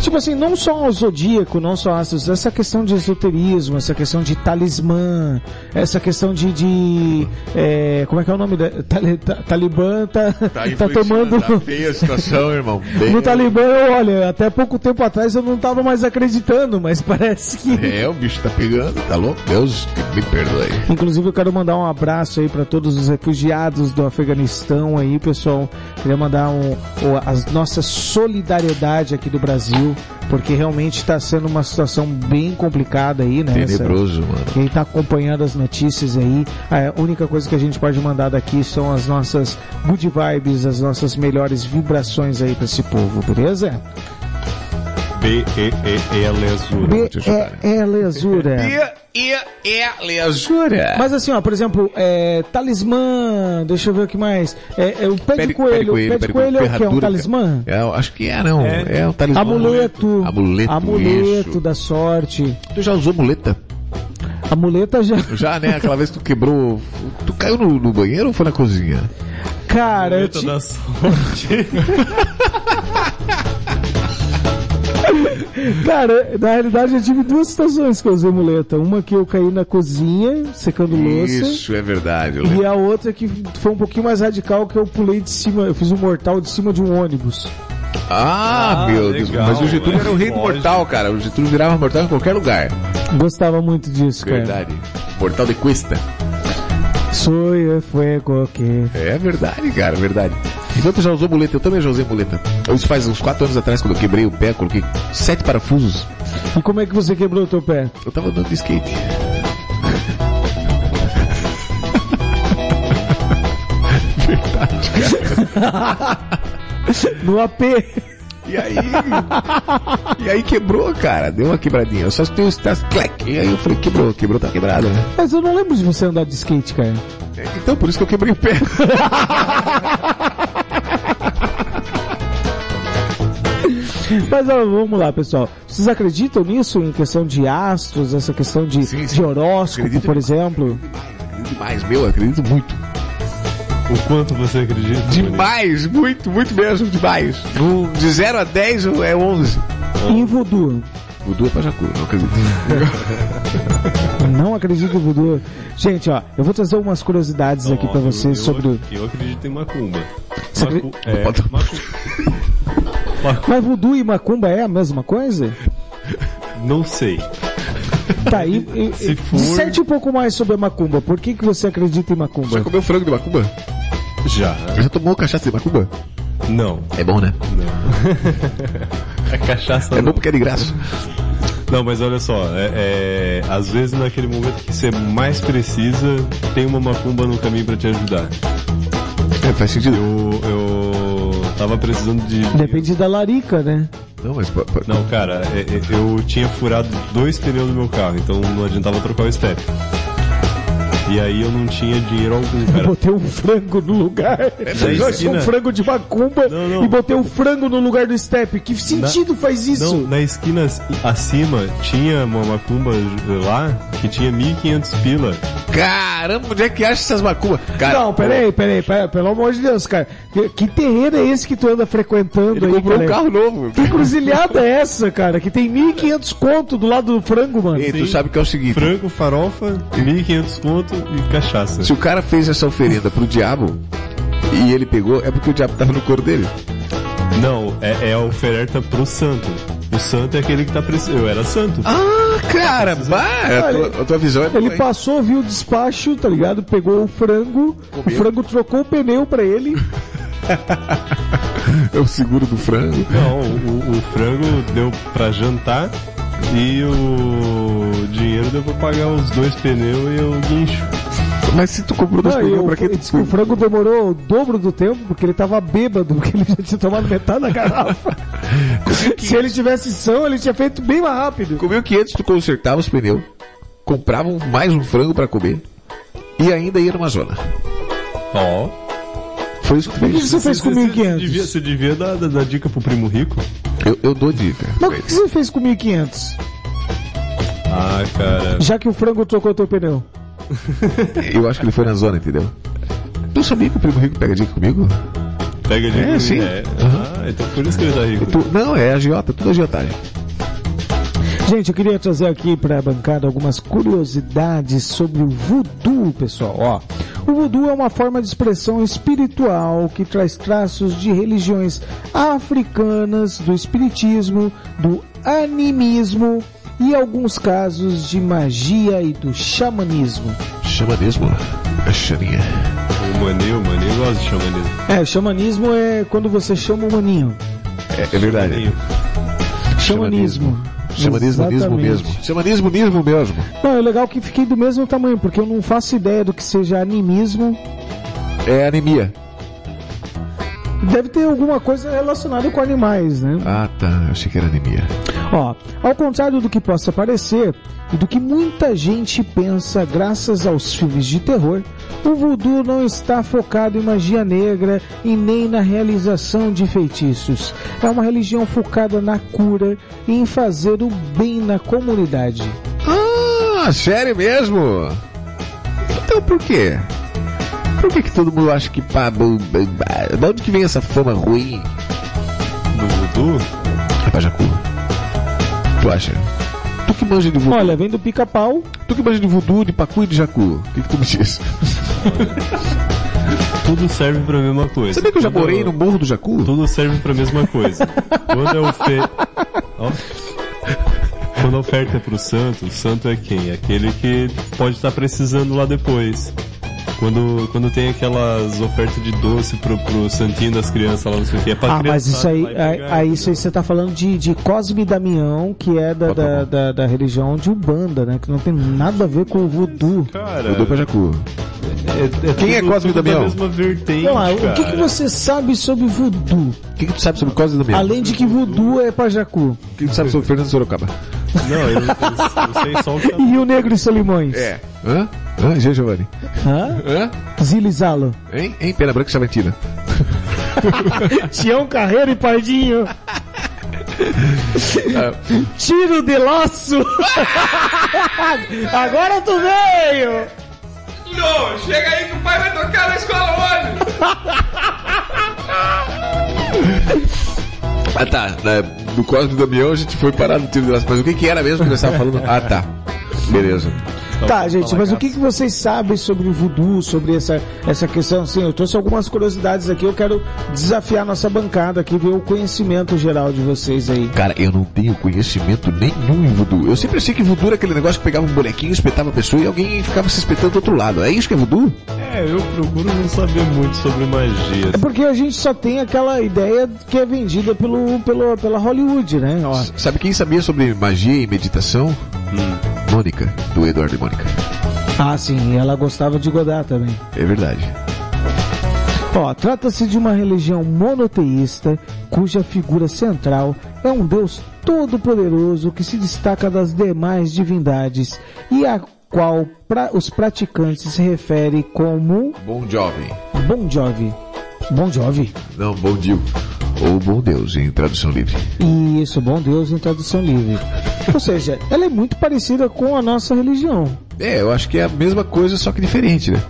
S4: Tipo assim, não só o zodíaco, não só astros, essa questão de esoterismo, essa questão de talismã, essa questão de. de, é, como é que é o nome? da- tali- ta- Talibã tá, tá tomando.
S3: feia a situação, irmão.
S4: No Talibã, eu, olha, até pouco tempo atrás eu não tava mais acreditando, mas parece que.
S3: É, o bicho tá pegando, tá louco? Deus me perdoe.
S4: Inclusive, eu quero mandar um abraço aí para todos os refugiados do Afeganistão aí, pessoal. Queria mandar um, o- a nossa solidariedade aqui do Brasil, porque realmente está sendo uma situação bem complicada aí,
S3: Tá
S4: né? essa-
S3: Tenebroso, mano.
S4: Quem está acompanhando as notícias aí, a única coisa que a gente pode mandar daqui são as nossas good vibes, as nossas melhores vibrações aí para esse povo, beleza?
S2: B-E-E-L azul.
S4: B é, é lesura.
S3: E, e, e, lesura.
S4: Mas assim, ó, por exemplo, é, talismã, deixa eu ver o que mais. É, é o pé de coelho. O pé de coelho é o que? É um
S3: ferradura,
S4: talismã?
S3: cara. É, eu acho que é, não. É, um talismã.
S4: Amuleto.
S3: Amuleto,
S4: Amuleto
S3: isso.
S4: da sorte.
S3: Tu já usou muleta?
S4: Amuleta já.
S3: Já, né? Aquela vez que tu quebrou... Tu caiu no, no banheiro ou foi na cozinha?
S4: Cara, eu
S2: Planeta
S4: ti-
S2: da sorte.
S4: cara, na realidade eu tive duas situações que eu usei amuleta. Uma que eu caí na cozinha, secando louça.
S3: Isso, é verdade. Eu
S4: E
S3: lembro.
S4: a outra que foi um pouquinho mais radical, que eu pulei de cima, eu fiz um mortal de cima de um ônibus.
S2: Ah,
S3: Ah, meu Deus.
S2: legal,
S3: Mas o Getúlio
S2: velho.
S3: era o rei do
S2: Lógico.
S3: mortal, cara. O Getúlio virava mortal em qualquer lugar.
S4: Gostava muito disso, cara.
S3: Verdade. Mortal de Cuesta.
S4: Sou eu, fuego, que...
S3: É verdade, cara, verdade. Então tu já usou muleta, eu também já usei muleta. Isso faz uns 4 anos atrás, quando eu quebrei o pé, coloquei sete parafusos.
S4: E como é que você quebrou o teu pé?
S3: Eu tava andando de skate.
S4: No AP.
S3: E aí. e aí quebrou, cara. Deu uma quebradinha. Eu só escutei os tas, clac. E aí eu falei, quebrou, quebrou, tá quebrado, né?
S4: Mas eu não lembro de você andar de skate, cara.
S3: Então por isso que eu quebrei o pé.
S4: Mas ó, vamos lá, pessoal. Vocês acreditam nisso em questão de astros, essa questão de,
S3: Sim, sim.
S4: de horóscopo,
S3: Acredito
S4: por exemplo?
S3: Acredito Demais, meu, acredito muito.
S2: o quanto você acredita?
S3: Demais, muito, muito mesmo, demais. No- De 0 a 10 é 11.
S4: Em voodoo.
S3: Mudou é pra Jacu, não acredito.
S4: Não acredito em voodoo. Gente, ó, eu vou trazer umas curiosidades aqui pra vocês
S2: eu,
S4: sobre... o-
S2: Eu acredito em macumba.
S4: Você acre-
S2: Macu- é, macu-
S4: Mas voodoo e macumba é a mesma coisa?
S2: Não sei.
S4: Tá aí. e-
S2: Se
S4: e-
S2: for-
S4: Disserte um pouco mais sobre a macumba. Por que, que você acredita em
S3: Já
S4: macumba?
S3: comeu frango de macumba?
S2: Já.
S3: Já tomou cachaça de macumba?
S2: Não.
S3: É bom, né?
S2: A cachaça
S3: É
S2: não.
S3: bom porque é de graça.
S2: Não, mas olha só, é, é, às vezes naquele momento que você mais precisa, tem uma macumba no caminho pra te ajudar.
S3: É, faz sentido.
S2: Eu, eu tava precisando de.
S4: Depende da larica, né?
S3: Não, mas. pa- pa-
S2: Não, cara, é, é, eu tinha furado dois pneus do meu carro, então não adiantava trocar o step. E aí eu não tinha dinheiro algum,
S4: Eu
S2: cara.
S4: botei um frango no lugar.
S3: É
S4: Eu achei um
S3: né?
S2: esquina.
S4: frango de macumba
S2: Não, não.
S4: e botei um frango no lugar do step. Que sentido faz isso?
S2: Não, na esquina ac- acima tinha uma macumba lá que tinha 1.500 pila.
S3: Caramba, onde é que acha essas macumbas? Cara,
S4: Não, peraí, peraí, peraí, pelo amor de Deus, cara. Que, que terreno é esse que tu anda frequentando
S3: Ele
S4: aí,
S3: comprou
S4: cara?
S3: um carro novo.
S4: Que cruzilhada é essa, cara? Que tem 1.500 conto do lado do frango, mano.
S3: Ei, tu
S2: Sim.
S3: sabe que é o seguinte:
S2: Frango, farofa, 1.500 conto e cachaça.
S3: se o cara fez essa oferenda pro diabo e ele pegou, é porque o diabo tava no couro dele.
S2: Não, é, é a oferta pro santo. O santo é aquele que tá precisando. Eu era santo.
S3: Ah, cara, bah, a, tua, a tua visão é boa,
S4: Ele
S3: hein?
S4: passou, viu o despacho, tá ligado? Pegou o frango, o frango trocou o pneu pra ele.
S3: É o seguro do frango.
S2: Não, o, o frango deu pra jantar e o dinheiro deu pra pagar os dois pneus e o guincho.
S3: Mas se tu comprou dois
S4: Não, e
S3: programas,
S4: o,
S3: pra tá que
S4: ele
S3: tu
S4: disse que o frango demorou o dobro do tempo porque ele tava bêbado, porque ele já tinha tomado metade da garrafa. Se ele tivesse são, ele tinha feito bem mais rápido.
S3: Com 1.500 tu consertava os pneus, comprava um- mais um frango pra comer e ainda ia numa zona.
S2: Ó.
S3: Foi isso que tu
S4: O que
S3: fez.
S4: você fez com
S2: Você devia,
S4: 1.500?
S2: você devia dar, dar- dar dica pro primo rico?
S3: Eu, eu dou dica.
S4: Mas o que você fez com 1.500?
S2: Ah, cara.
S4: Já que o frango trocou teu pneu.
S3: Eu acho que ele foi na zona, entendeu? Tu sabia que o primo rico pega dica comigo?
S2: Pega a dica.
S3: É,
S2: do-
S3: sim.
S2: Ah, então por isso que ele tá rico.
S3: Tu- não, é agiota, tudo agiotagem.
S4: Gente, eu queria trazer aqui para a bancada algumas curiosidades sobre o voodoo, pessoal. Ó, o voodoo é uma forma de expressão espiritual que traz traços de religiões africanas, do espiritismo, do animismo e alguns casos de magia e do xamanismo.
S3: Xamanismo. A Xaninha.
S2: O Maninho, o Maninho gosta de xamanismo.
S4: É, xamanismo é quando você chama o maninho.
S3: É, é verdade.
S2: Maninho.
S4: Xamanismo.
S3: Xamanismo mesmo
S4: Exatamente.
S3: mesmo. Xamanismo mesmo mesmo.
S4: Não, é legal que fiquei do mesmo tamanho, porque eu não faço ideia do que seja animismo
S3: É anemia.
S4: Deve ter alguma coisa relacionada com animais, né?
S3: Ah tá, eu achei que era anemia.
S4: Ó, ao contrário do que possa parecer e do que muita gente pensa graças aos filmes de terror, o voodoo não está focado em magia negra e nem na realização de feitiços. É uma religião focada na cura e em fazer o bem na comunidade.
S3: Ah, sério mesmo? Então por quê? Por que, que todo mundo acha que pá, bum, bum, bah, de onde que vem essa fama ruim?
S2: Do voodoo?
S3: É Pajacu. Tu acha? Tu que manja de voodoo,
S4: Olha, vem do pica-pau,
S2: É
S3: tu que manja de voodoo, de pacu e de jacu. O que, que tu me diz?
S2: Tudo serve pra mesma coisa.
S3: Sabia que eu já
S2: Quando-
S3: morei no Morro do Jacu?
S2: Tudo serve pra mesma coisa. Quando é oferta. Quando a oferta é pro santo, o santo é quem? Aquele que pode estar precisando lá depois. Quando, quando tem aquelas ofertas de doce pro, pro santinho das crianças lá, não sei o que, é pra
S4: Ah, mas
S2: criançada,
S4: isso aí,
S2: vai
S4: aí,
S2: pegar, né?
S4: aí
S2: entendeu?
S4: isso aí você tá falando de, de Cosme e Damião, que é da,
S3: Bota a
S4: da,
S3: mão.
S4: da, da religião de Umbanda, né? Que não tem nada a ver com o voodoo.
S2: Cara,
S3: Voodoo e Pajacu.
S2: é, é
S3: Quem é
S2: tudo-
S3: Cosme e
S2: tudo
S3: Damião?
S2: Da mesma vertente,
S4: Então, ah, o que, que
S2: cara.
S4: você sabe sobre voodoo?
S3: O que, que tu sabe sobre Cosme da Minha? O
S4: Além de que voodoo é pajacu.
S3: que, que tu sabe sobre Fernando Sorocaba?
S2: Não, eu, eu, eu sei só o que
S4: E o Negro e Solimões.
S3: Hã? Hã, Gê Giovanni?
S4: Hã?
S3: Hã?
S4: Zilizalo.
S3: Hein? Hein? Pena Branca e Chavantina.
S4: Tião Carreiro e Pardinho.
S3: Ah,
S4: Tiro de laço. Agora tu veio.
S1: Tulo, chega aí que o pai vai tocar na escola hoje.
S3: Ah tá, né, do Cosme e Damião a gente foi parar no tiro de laço, mas o que que era mesmo que nós estava falando? Ah tá, beleza.
S4: Tá, gente, mas o que, que vocês sabem sobre o voodoo, sobre essa, essa questão? Sim, eu trouxe algumas curiosidades aqui, eu quero desafiar nossa bancada aqui, ver o conhecimento geral de vocês aí.
S3: Cara, eu não tenho conhecimento nenhum em voodoo. Eu sempre achei que voodoo era aquele negócio que pegava um bonequinho, espetava a pessoa e alguém ficava se espetando do outro lado. É isso que é voodoo?
S2: É, eu procuro não saber muito sobre magia.
S4: É porque a gente só tem aquela ideia que é vendida pelo, pelo, pela Hollywood, né? Ó,
S3: Sabe quem sabia sobre magia e meditação? Mônica, do Eduardo e Mônica.
S4: Ah, sim, e ela gostava de Godard também.
S3: É verdade.
S4: Ó, trata-se de uma religião monoteísta cuja figura central é um Deus todo-poderoso que se destaca das demais divindades e a qual pra- os praticantes se referem como
S3: Bom jovem.
S4: Bon Jovi. Bon Jovi.
S3: Não, bom Dio. Ou bom Deus, em tradução livre.
S4: Isso, bom Deus em tradução livre. Ou seja, ela é muito parecida com a nossa religião.
S3: É, eu acho que é a mesma coisa, só que diferente, né?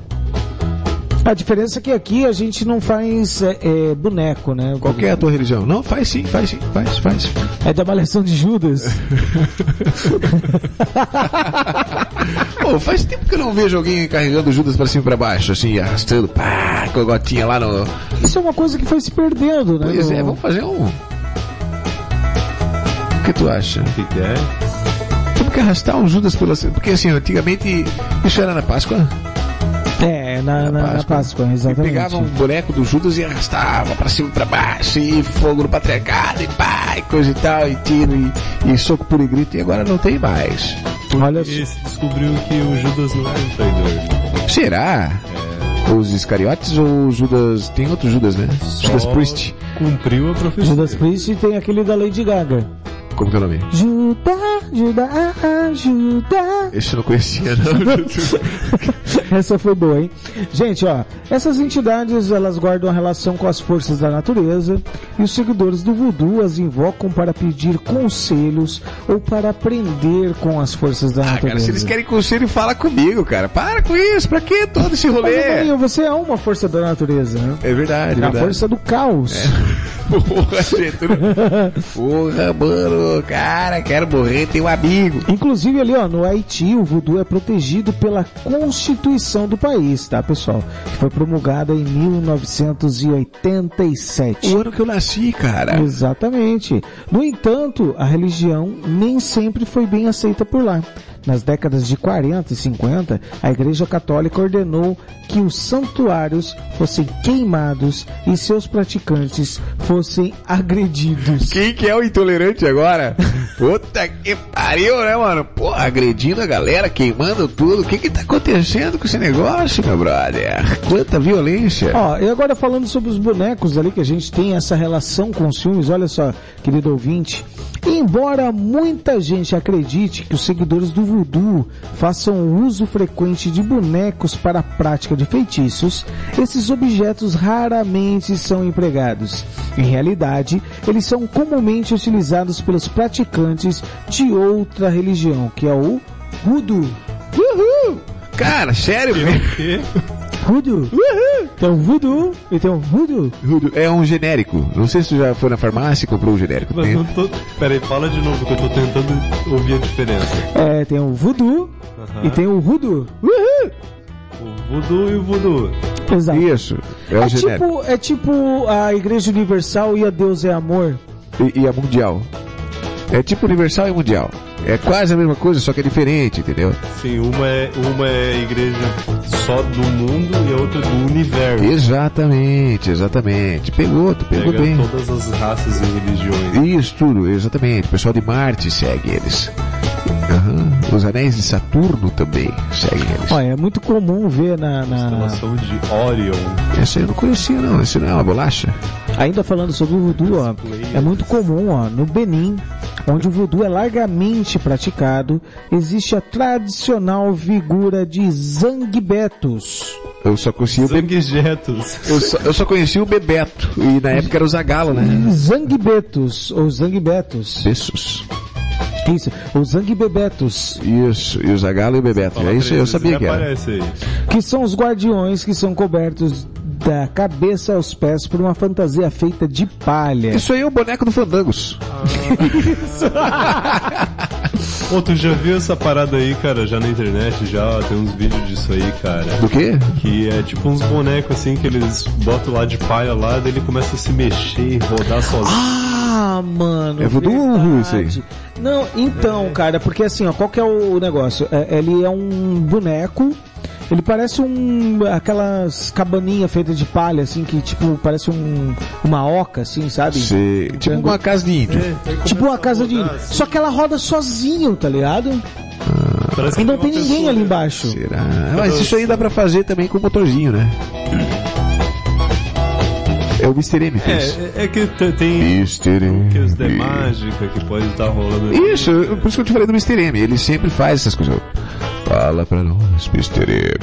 S4: A diferença é que aqui a gente não faz é, é, boneco, né?
S3: Qual que é a tua religião? Não, faz sim, faz sim, faz, faz.
S4: É da malhação de Judas.
S3: Pô, faz tempo que eu não vejo alguém carregando Judas pra cima e pra baixo, assim, arrastando, pá, com a gotinha lá no.
S4: Isso é uma coisa que foi se perdendo, né?
S3: Pois é,
S4: No-
S3: vamos fazer um. O que tu acha?
S2: O que, que é?
S3: um Temos que arrastar o Judas pela. Porque assim, antigamente isso era na Páscoa.
S4: É, é, na, na, na Páscoa,
S3: E
S4: exatamente.
S3: pegava um boneco do Judas e arrastava pra cima e pra baixo, e fogo no patriarcado, e pá, e coisa e tal, e tiro, e, e soco por e grito, e agora não tem mais.
S4: Olha só.
S2: E se descobriu que o Judas não era um traidor.
S3: Será? Os Iscariotes ou o Judas. Tem outro Judas, né? Judas Priest.
S2: Cumpriu a profecia.
S4: Judas Priest tem aquele da Lady Gaga.
S3: Como que é o nome?
S4: Ajuda, ajuda, ajuda.
S3: Esse eu não conhecia, não.
S4: Essa foi boa, hein? Gente, ó, essas entidades elas guardam relação com as forças da natureza e os seguidores do voodoo as invocam para pedir conselhos ou para aprender com as forças da
S3: ah,
S4: natureza.
S3: cara, se eles querem conselho, fala comigo, cara. Para com isso, pra que todo esse
S4: Mas,
S3: rolê?
S4: Marinho, você é uma força da natureza, né?
S3: É verdade,
S4: A
S3: verdade. É.
S4: força do caos.
S3: Porra, Getúlio. Porra, mano, cara, quero morrer, tem um amigo.
S4: Inclusive ali, ó, no Haiti, o voodoo é protegido pela Constituição do país, tá, pessoal? Que foi promulgada em 1987.
S3: O ano é. que eu nasci, cara.
S4: Exatamente. No entanto, a religião nem sempre foi bem aceita por lá. Nas décadas de 40 e 50, a Igreja Católica ordenou que os santuários fossem queimados e seus praticantes fossem agredidos.
S3: Quem que é o intolerante agora? Puta que pariu, né, mano? Porra, agredindo a galera, queimando tudo. O que que tá acontecendo com esse negócio, meu brother? Quanta violência.
S4: Ó, e agora falando sobre os bonecos ali, que a gente tem essa relação com os filmes, olha só, querido ouvinte. Embora muita gente acredite que os seguidores do voodoo façam uso frequente de bonecos para a prática de feitiços, esses objetos raramente são empregados. Em realidade, eles são comumente utilizados pelos praticantes de outra religião, que é o voodoo.
S3: Uhul. Cara, sério, velho?
S4: Voodoo. Tem um voodoo e tem um voodoo.
S3: Rudo, É um genérico. Não sei se tu já foi na farmácia e comprou um genérico.
S2: Mas não tô... Peraí, fala de novo que eu tô tentando ouvir a diferença.
S4: É, tem o voodoo
S2: Aham.
S4: e tem o voodoo.
S2: O voodoo e o voodoo.
S4: Exato.
S3: Isso, é um
S4: É
S3: genérico.
S4: tipo, é tipo a Igreja Universal e a Deus é Amor.
S3: e, e a mundial. É tipo universal e mundial. É quase a mesma coisa, só que é diferente, entendeu?
S2: Sim, uma é, uma é igreja só do mundo e a outra é do universo.
S3: Exatamente, exatamente. Pegou, tu pegou
S2: Pega
S3: bem.
S2: todas as raças e religiões.
S3: Isso tudo, exatamente. O pessoal de Marte segue eles. Aham. Os anéis de Saturno também seguem eles.
S4: Olha, é muito comum ver na.
S3: Ah.
S4: na-
S2: Constelação de Orion.
S3: Essa eu não conhecia não, isso não é uma bolacha?
S4: Ainda falando sobre o voodoo, ó, é muito comum ó, no Benin, onde o voodoo é largamente praticado, existe a tradicional figura de Zangbetos.
S3: Eu só conhecia o Be...
S2: Zanguejetos.
S3: eu, só, eu só conhecia o Bebeto. E na época era o Zagalo, né?
S4: Zangbetos, ou Zangbetos.
S3: Isso.
S4: Isso, ou Zangbebetos.
S3: Isso, e o Zagalo e o Bebeto. é isso, eu sabia que era.
S2: Aparece aí.
S4: que são os guardiões que são cobertos da cabeça aos pés por uma fantasia feita de palha.
S3: Isso aí é o boneco do Fandangos.
S2: Ô, tu já viu essa parada aí, cara, já na internet, já tem uns vídeos disso aí, cara.
S3: Do quê?
S2: Que é tipo uns bonecos assim que eles botam lá de palha lá, daí ele começa a se mexer e rodar sozinho.
S4: Ah, mano.
S3: É voodoo ou voodoo isso aí?
S4: verdade. Não, então, cara, porque assim, ó, qual que é o negócio? É, ele é um boneco. Ele parece um. aquelas cabaninha feita de palha, assim, que tipo, parece um. uma oca, assim, sabe?
S3: Você- Tipo uma casa de índio.
S4: Tipo uma casa de. Só que ela roda sozinho, tá ligado?
S2: Parece
S4: Ah, E não
S2: uma
S4: tem ninguém
S2: pessoa,
S4: ali
S2: né?
S4: embaixo.
S3: Será? Mas isso aí dá pra fazer também com o motorzinho, né? É o Mr. M, que isso.
S2: É, é que te- tem
S3: Mr.
S2: coisas de mágica que pode estar rolando aí.
S3: Isso, por isso que eu te falei do Mr. M. Ele sempre faz essas coisas. Fala pra nós, Mr. M.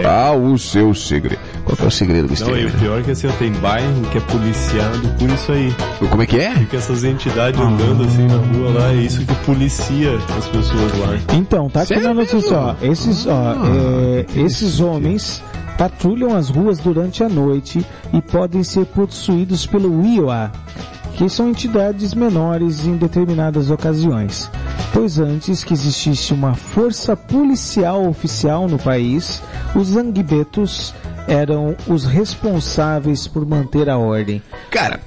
S3: Qual o seu segredo? Qual que é o segredo do Mr.
S2: Não, e
S3: M?
S2: o pior é que assim, ó, tem bairro que é policiado por isso aí.
S3: Como é que é?
S2: Fica essas
S4: Ah.
S2: entidades andando assim na rua lá, é isso que policia as pessoas lá.
S4: Então, tá aqui
S3: Sério
S4: na notícia, ó. Esses, ó, é, esses homens patrulham as ruas durante a noite e podem ser possuídos pelo IOA, que são entidades menores em determinadas ocasiões. Pois antes que existisse uma força policial oficial no país, os zanguebetos eram os responsáveis por manter a ordem.
S3: Cara,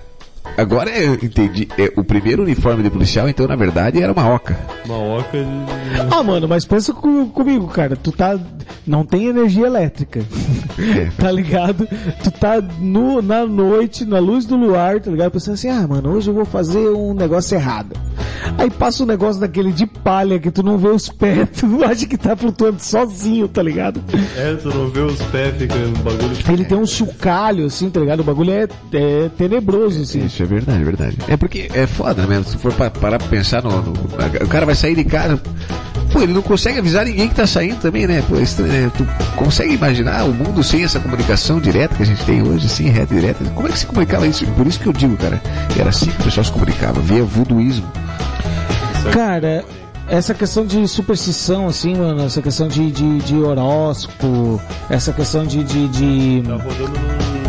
S3: Agora eu entendi. É, o primeiro uniforme de policial, então, na verdade, era uma oca.
S2: Uma oca de...
S4: Ah, mano, mas pensa co- comigo, cara. Tu tá. Não tem energia elétrica. tá ligado? Tu tá no, na noite, na luz do luar, tá ligado? Pensando assim, ah, mano, hoje eu vou fazer um negócio errado. Aí passa um negócio daquele de palha que tu não vê os pés, tu acha que tá flutuando sozinho, tá ligado?
S2: É, tu não vê os pés ficando bagulho.
S4: Ele tem um chocalho, assim, tá ligado? O bagulho é, é tenebroso, assim.
S3: Isso é verdade, é verdade. É porque é foda mesmo. Se for pa- parar pra pensar no, no- O cara vai sair de casa. Pô, ele não consegue avisar ninguém que tá saindo também, né? Pô, é estranho, né? Tu consegue imaginar o mundo sem essa comunicação direta que a gente tem hoje, assim, reta e direta? Como é que se comunicava isso? Por isso que eu digo, cara, era assim que o pessoal se comunicava, via voodooísmo.
S4: Cara, essa questão de superstição, assim, mano, essa questão de, de, de horóscopo, essa questão de. de, de-
S2: Tá rodando num-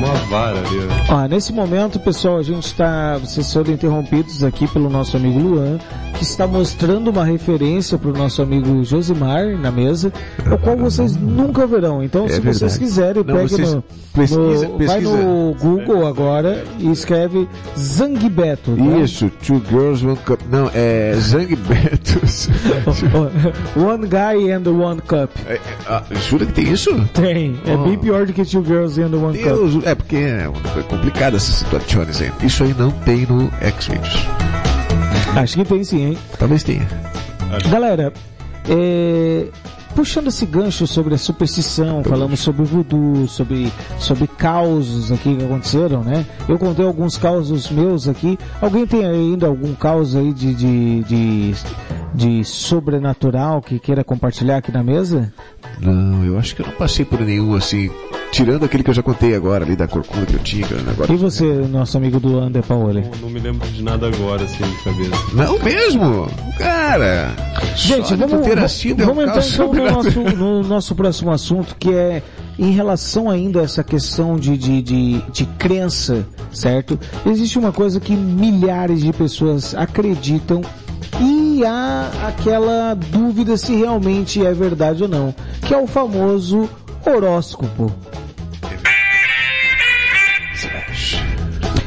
S2: numa vara ali, ó.
S4: Ó, Ah, nesse momento, pessoal, a gente está. Vocês foram interrompidos aqui pelo nosso amigo Luan, que está mostrando uma referência para o nosso amigo Josimar na mesa, o qual vocês nunca verão. Então,
S3: É
S4: se vocês
S3: verdade.
S4: quiserem,
S3: Não,
S4: pegue
S3: vocês-
S4: no,
S3: pesquisa-
S4: no- Vai
S3: pesquisa.
S4: no Google agora e escreve Zangbeto. tá?
S3: Isso, Two Girls One Cup. Não, é Zang Betos.
S4: One Guy and One Cup.
S3: É, é, ah, jura que tem isso?
S4: Tem. É
S3: Oh.
S4: bem pior do que Two Girls and One Cup.
S3: Deus, é porque é complicado essas situações aí. Isso aí não tem no X-Videos.
S4: Acho que tem sim, hein?
S3: Talvez tenha.
S4: Galera, é, puxando esse gancho sobre a superstição, falamos sobre o voodoo, sobre, sobre causos aqui que aconteceram, né? Eu contei alguns causos meus aqui. Alguém tem ainda algum caos aí de, de, de, de sobrenatural que queira compartilhar aqui na mesa?
S3: Não, eu acho que eu não passei por nenhum assim. Tirando aquele que eu já contei agora, ali da corcunda que eu tinha, que era um negócio.
S4: E você, nosso amigo do Ander Paoli?
S2: Não, não me lembro de nada agora, assim, de cabeça.
S3: Não mesmo? Cara!
S4: Gente,
S3: só de tu
S4: vamos,
S3: ter
S4: vamos,
S3: assistido é um
S4: vamos entrar
S3: caos
S4: então no
S3: sobrenatural.
S4: nosso, no nosso próximo assunto, que é em relação ainda a essa questão de, de, de, de crença, certo? Existe uma coisa que milhares de pessoas acreditam e há aquela dúvida se realmente é verdade ou não, que é o famoso horóscopo.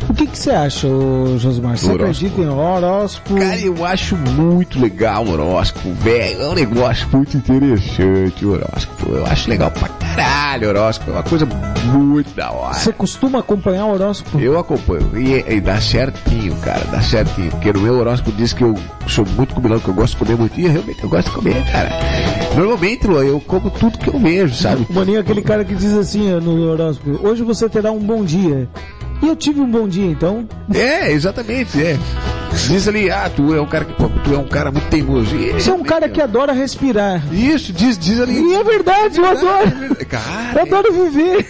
S4: O que que você acha, ô Josimar? Você
S3: Horóscopo.
S4: acredita em horóscopo?
S3: Cara, eu acho muito legal o horóscopo, velho. É um negócio muito interessante o horóscopo. Eu acho legal pra caralho o horóscopo. É uma coisa muito da hora.
S4: Você costuma acompanhar o horóscopo?
S3: Eu acompanho. E, e dá certinho, cara. Dá certinho. Porque no meu horóscopo diz que eu sou muito comilão, que eu gosto de comer muito. E realmente eu gosto de comer, cara. Normalmente, Luan, eu como tudo que eu vejo, sabe?
S4: O Boninho é aquele cara que diz assim eh, no horóscopo, hoje você terá um bom dia. E eu tive um bom dia, então.
S3: É, exatamente, é. Diz ali, ah, tu é um cara que tu é um cara muito teimoso. E
S4: Você é um cara que adora respirar.
S3: Isso, diz, diz ali.
S4: E é verdade, eu adoro. Eu
S3: Cara,
S4: adoro viver.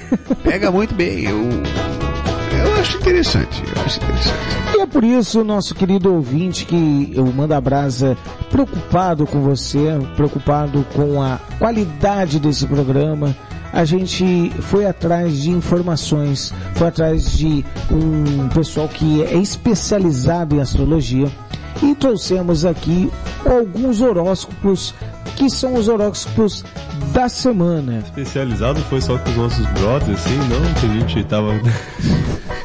S3: pega muito bem. Eu, eu acho interessante. Eu acho interessante.
S4: E é por isso, nosso querido ouvinte, que eu mando a brasa preocupado com você, preocupado com a qualidade desse programa. A gente foi atrás de informações, foi atrás de um pessoal que é especializado em astrologia e trouxemos aqui alguns horóscopos que são os horóscopos da semana.
S2: Especializado foi só com os nossos brothers, assim, não? Que a gente tava.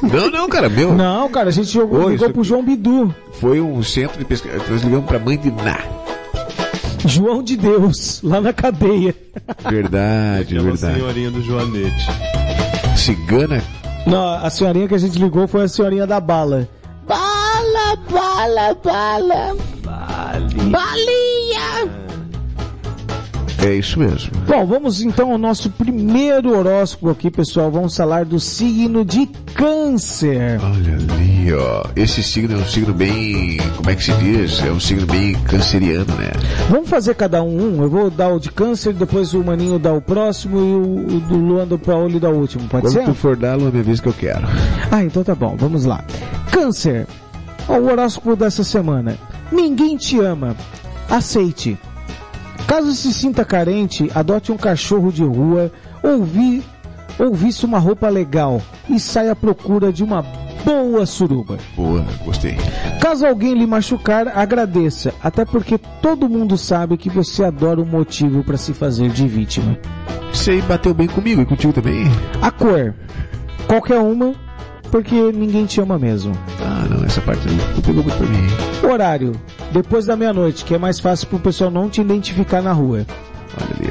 S3: Não, não, cara, meu.
S4: Não, cara, a gente jogou,
S3: Oi,
S4: ligou
S3: isso-
S4: pro João Bidu,
S3: Foi um centro de pesquisa. Nós ligamos pra mãe de Ná.
S4: João de Deus, lá na cadeia.
S3: Verdade,
S2: É uma
S3: verdade.
S2: senhorinha do Joanete.
S3: Cigana.
S4: Não, a senhorinha que a gente ligou foi a senhorinha da bala. Bala, bala, bala. Balinha!
S3: É isso mesmo.
S4: Bom, vamos então ao nosso primeiro horóscopo aqui, pessoal. Vamos falar do signo de câncer.
S3: Olha ali, ó. Esse signo é um signo bem. Como é que se diz? É um signo bem canceriano, né?
S4: Vamos fazer cada um um? Eu vou dar o de câncer, depois o Maninho dá o próximo e o, o do Luan do Paoli dá o último, pode
S3: Quando
S4: ser?
S3: tu for dar, é Lu, me avisa que eu quero.
S4: Ah, então tá bom, vamos lá. Câncer. Ó, o horóscopo dessa semana. Ninguém te ama. Aceite. Caso se sinta carente, adote um cachorro de rua ou, vi, ou vista uma roupa legal e saia à procura de uma boa suruba.
S3: Boa, gostei.
S4: Caso alguém lhe machucar, agradeça, até porque todo mundo sabe que você adora um motivo para se fazer de vítima.
S3: Isso aí bateu bem comigo e contigo também.
S4: A cor. Qualquer uma, porque ninguém te ama mesmo.
S3: Ah, não, essa parte não, não pegou muito pra mim.
S4: Horário, depois da meia-noite, que é mais fácil pro pessoal não te identificar na rua.
S3: Olha ali,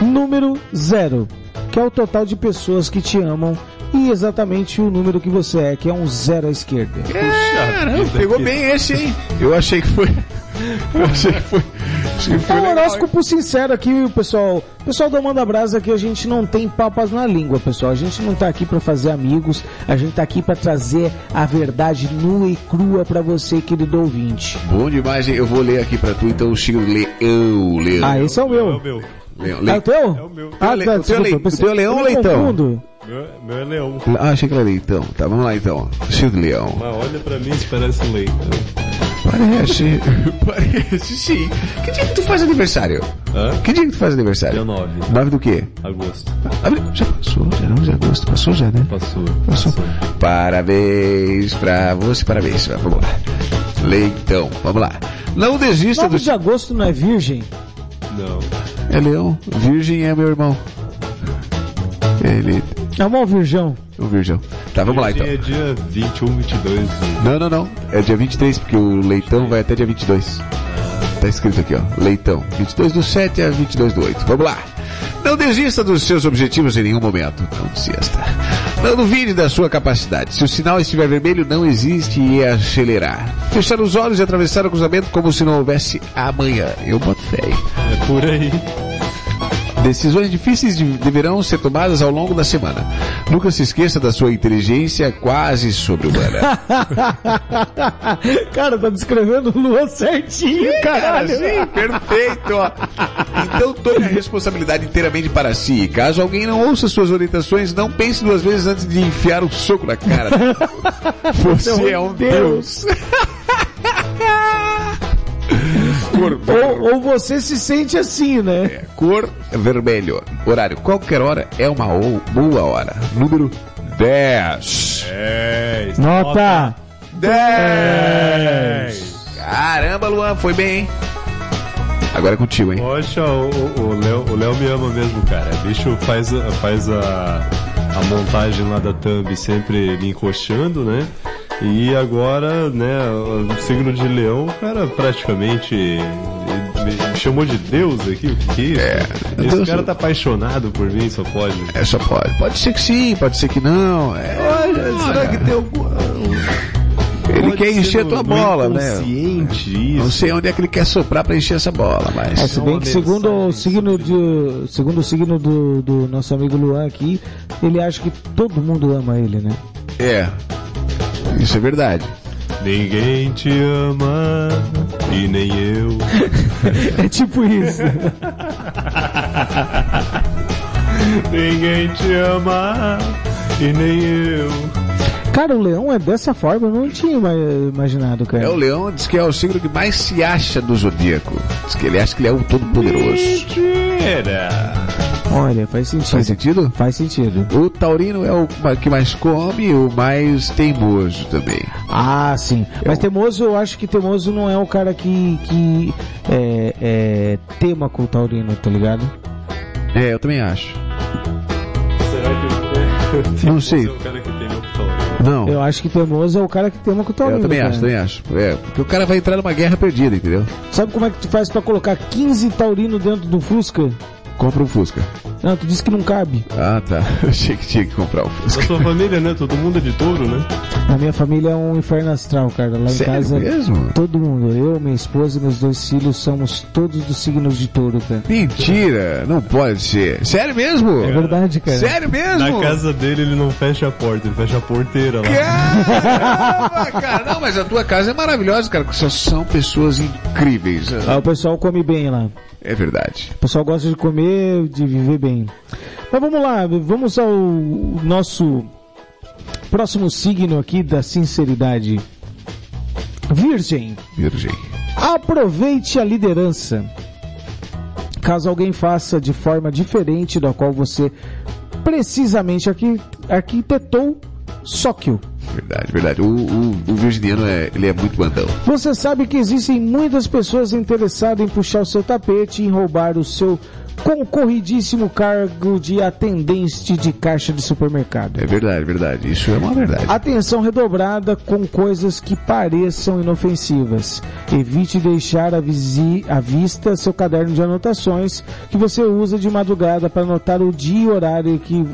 S3: ó.
S4: Número zero, que é o total de pessoas que te amam e exatamente o número que você é, que é um zero à esquerda.
S3: Caramba, pegou bem esse, hein? Eu achei que foi. Eu achei que foi. Achei que
S4: É
S3: foi
S4: um
S3: legal.
S4: horóscopo sincero aqui, viu, pessoal. Pessoal do Amanda Brasa aqui, a gente não tem papas na língua, pessoal. A gente não tá aqui pra fazer amigos, a gente tá aqui pra trazer a verdade nua e crua pra você, querido ouvinte.
S3: Bom demais, hein? Eu vou ler aqui pra tu, então, o Chico Leão, Leão.
S4: Ah, esse é o
S2: É o
S4: meu.
S2: meu.
S3: Leão,
S4: Ah, o
S3: Leão.
S4: teu?
S2: É o meu.
S4: Ah,
S3: Le-
S4: tá,
S3: o teu
S4: desculpa,
S3: Le-
S4: eu pensei-
S3: o teu Leão
S4: eu
S3: ou
S4: me
S3: Leitão?
S4: confundo.
S2: Meu, meu é leão.
S3: Ah, achei que era Leitão. Tá, vamos lá então. Chico Leão.
S2: Mas olha pra mim se parece um leitão.
S3: Parece. Parece, sim. Que dia que tu faz aniversário?
S2: Hã?
S3: Que dia que tu faz
S2: Dia
S3: aniversário?
S2: 9,
S3: 9 do quê?
S2: agosto.
S3: Abril. Já passou, já não, já agosto. Passou já, né?
S2: Passou.
S3: Passou.
S2: Passou.
S3: Parabéns pra você, parabéns. Vamos lá. Leitão, vamos lá. Não desista
S4: 9
S3: do.
S4: de agosto não é virgem?
S2: Não.
S3: É leão, virgem é meu irmão. Ele.
S4: É um virgão.
S3: O virgão. Tá, vamos lá então.
S2: Dia, é dia 21, 22.
S3: Não, não, não. É dia 23, porque o leitão vai até dia 22. Tá escrito aqui, ó. Leitão. 22 do 7 a 22 do 8. Vamos lá. Não desista dos seus objetivos em nenhum momento. Não desista. Não duvide da sua capacidade. Se o sinal estiver vermelho, não existe e é acelerar. Fechar os olhos e atravessar o cruzamento como se não houvesse amanhã. Eu boto fé. aí.
S2: É por aí.
S3: Decisões difíceis de- deverão ser tomadas ao longo da semana. Nunca se esqueça da sua inteligência quase sobre-humana.
S4: Cara, tá descrevendo o Luan certinho,
S3: Cara,
S4: caralho.
S3: sim, perfeito. ó. Então tome a responsabilidade inteiramente para si. E Caso alguém não ouça suas orientações, não pense duas vezes antes de enfiar um soco na cara. Você é um Deus. Cor,
S4: Ou, ou você se sente assim, né?
S3: cor vermelho. Horário, qualquer hora é uma ou boa hora. Número 10.
S2: 10.
S4: Nota!
S3: 10. Caramba, Luan, foi bem, hein? Agora é contigo, hein?
S2: Poxa, o- o o Léo o Léo me ama mesmo, cara. Bicho faz, a- faz a, a montagem lá da thumb sempre me encoxando, né? E agora, né, o signo de leão, o cara praticamente me me chamou de Deus aqui, o que que é isso?
S3: É,
S2: Esse
S3: Deus-
S2: cara tá apaixonado por mim, só pode.
S3: É, só pode. Pode ser que sim, pode ser que não. É, será que tem algum... Ele
S2: Pode
S3: quer
S2: ser
S3: encher
S2: no-
S3: tua
S2: no
S3: bola, né?
S2: inconsciente,
S3: Não
S2: isso.
S3: sei onde é que ele quer soprar pra encher essa bola,
S4: É,
S3: mas.
S4: se bem que segundo o signo, de, segundo o signo do, do nosso amigo Luan aqui, ele acha que todo mundo ama ele, né?
S3: É. Isso é verdade.
S2: Ninguém te ama e nem eu.
S4: É tipo isso.
S2: Ninguém te ama e nem eu.
S4: cara, o leão é dessa forma, eu não tinha ima- imaginado,
S3: É
S4: cara.
S3: o leão, diz que é o signo que mais se acha do zodíaco. Diz que ele acha que ele é o todo-poderoso.
S2: Mentira!
S4: Olha, faz sentido.
S3: Faz sentido?
S4: Faz sentido.
S3: O taurino é o ma- que mais come e o mais teimoso também.
S4: Ah, sim. Mas Temoso, eu acho que Temoso não é o cara que, que é, é, tema com o Taurino, tá ligado?
S3: É, eu também acho.
S2: Será que
S3: Não sei.
S2: é o cara que tem meu fone?
S3: Não.
S4: Eu acho que Temoso é o cara que tema com o Taurino.
S3: Eu também acho,
S4: cara.
S3: também acho. É, porque o cara vai entrar numa guerra perdida, entendeu?
S4: Sabe como é que tu faz pra colocar 15 Taurino dentro do Fusca?
S3: Compra um Fusca.
S4: Não, tu disse que não cabe.
S3: Ah, tá. Achei que tinha que comprar um Fusca.
S2: Da sua família, né? Todo mundo é de touro, né?
S4: Na minha família é um inferno astral, cara. Lá em
S3: Sério
S4: casa,
S3: mesmo?
S4: todo mundo, eu, minha esposa e meus dois filhos, somos todos dos signos de touro, cara.
S3: Mentira! Não pode ser. Sério mesmo?
S4: É verdade, cara.
S3: Sério mesmo?
S2: Na casa dele ele não fecha a porta, ele fecha a porteira lá.
S3: Caramba, Ah, cara. Não, mas a tua casa é maravilhosa, cara. que Só são pessoas incríveis.
S4: Ah, o pessoal come bem lá.
S3: É verdade.
S4: O pessoal gosta de comer, de viver bem. Mas vamos lá, vamos ao nosso próximo signo aqui da sinceridade. Virgem.
S3: Virgem.
S4: Aproveite a liderança. Caso alguém faça de forma diferente da qual você precisamente arqui- arquitetou, soque-o.
S3: Verdade, verdade. O, o, o virginiano é, ele é muito bandão.
S4: Você sabe que existem muitas pessoas interessadas em puxar o seu tapete e em roubar o seu concorridíssimo cargo de atendente de caixa de supermercado.
S3: É verdade, verdade. Isso é uma verdade.
S4: Atenção redobrada com coisas que pareçam inofensivas. Evite deixar à, visi- à vista seu caderno de anotações que você usa de madrugada para anotar o dia e horário em que,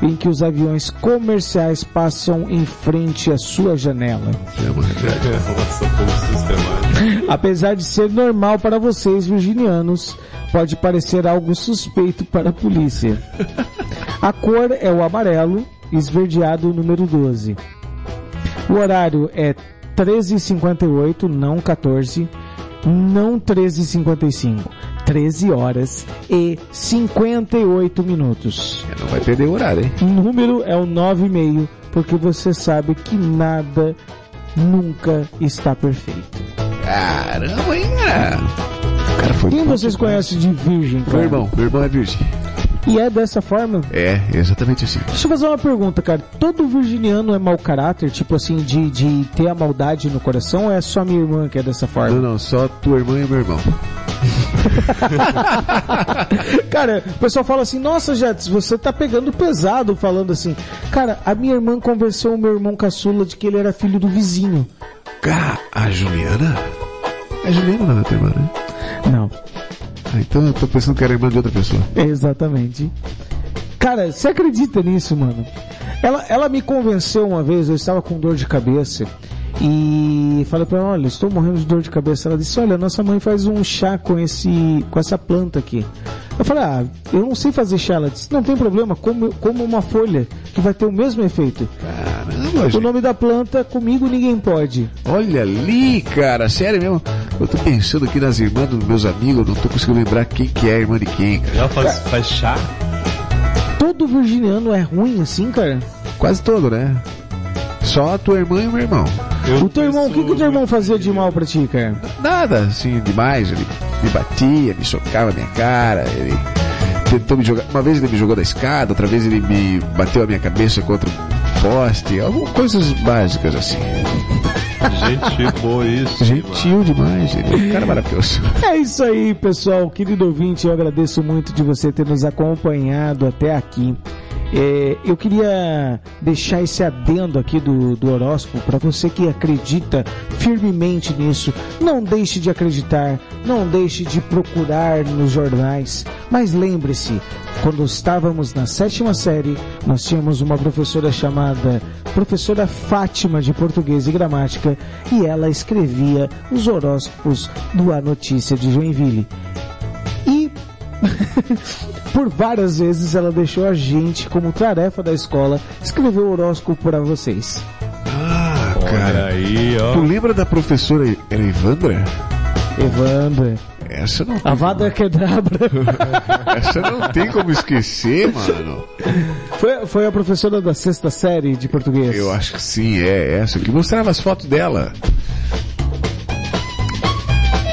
S4: em que os aviões comerciais passam em frente à sua janela.
S3: Isso é uma verdade.
S2: Nossa, como sistemático.
S4: Apesar de ser normal para vocês, virginianos, pode parecer algo suspeito para a polícia. A cor é o amarelo, esverdeado número 12. O horário é 13h58, não 14, não 13h55. 13 horas e 58 minutos.
S3: Não vai perder o horário, hein?
S4: O número é o 9,5, porque você sabe que nada nunca está perfeito.
S3: Caramba, hein, cara? O cara foi.
S4: Quem vocês conhecem de virgem,
S3: Meu
S4: cara?
S3: irmão, meu irmão é virgem.
S4: E é dessa forma?
S3: É, exatamente assim.
S4: Deixa eu fazer uma pergunta, cara. Todo virginiano é mau caráter, tipo assim, de, de ter a maldade no coração, ou é só minha irmã que é dessa
S3: Não,
S4: forma?
S3: não, só tua irmã e meu irmão.
S4: Cara, o pessoal fala assim, nossa, Jets, você tá pegando pesado falando assim. Cara, a minha irmã conversou o meu irmão caçula de que ele era filho do vizinho.
S3: Cá, a Juliana? É Juliana não é tua irmã, né?
S4: Não,
S3: Ah, então eu tô pensando que era irmã de outra pessoa.
S4: Exatamente. Cara, você acredita nisso, mano? Ela, ela me convenceu uma vez, eu estava com dor de cabeça. E falei pra ela, olha, estou morrendo de dor de cabeça. Ela disse, olha, nossa mãe faz um chá com esse, com essa planta aqui. Eu falei, ah, eu não sei fazer chá. Ela disse, não tem problema, como, como uma folha, que vai ter o mesmo efeito.
S3: Caramba,
S4: O
S3: gente.
S4: nome da planta, comigo ninguém pode.
S3: Olha ali, cara, sério mesmo. Eu tô pensando aqui nas irmãs dos meus amigos, eu não tô conseguindo lembrar quem que é a irmã de quem, cara.
S2: Ela faz, faz chá?
S4: Todo virginiano é ruim assim, cara?
S3: Quase todo, né? Só a tua irmã e o meu irmão.
S2: Eu
S4: O teu irmão, o que, que o teu irmão fazia de mal pra ti, cara?
S3: Nada assim demais, ele me batia, me socava a minha cara, ele tentou me jogar. Uma vez ele me jogou da escada, outra vez ele me bateu a minha cabeça contra um poste, algumas coisas básicas assim.
S2: Gente boa isso.
S3: Gentil demais, ele. é um Cara maravilhoso.
S4: É isso aí, pessoal. Querido ouvinte, eu agradeço muito de você ter nos acompanhado até aqui. É, eu queria deixar esse adendo aqui do, do horóscopo para você que acredita firmemente nisso. Não deixe de acreditar, não deixe de procurar nos jornais. Mas lembre-se, quando estávamos na sétima série, nós tínhamos uma professora chamada Professora Fátima de Português e Gramática e ela escrevia os horóscopos do A Notícia de Joinville. E por várias vezes ela deixou a gente como tarefa da escola escrever o horóscopo para vocês.
S3: Ah,
S2: Olha
S3: cara.
S2: aí,
S3: Tu
S2: ó.
S3: lembra da professora era Evandra?
S4: Evandra,
S3: Essa não
S4: a vada é quebrada.
S3: Essa não tem como esquecer, mano.
S4: Foi, foi a professora da sexta série de português.
S3: Eu acho que sim, é essa. Que mostrava as fotos dela.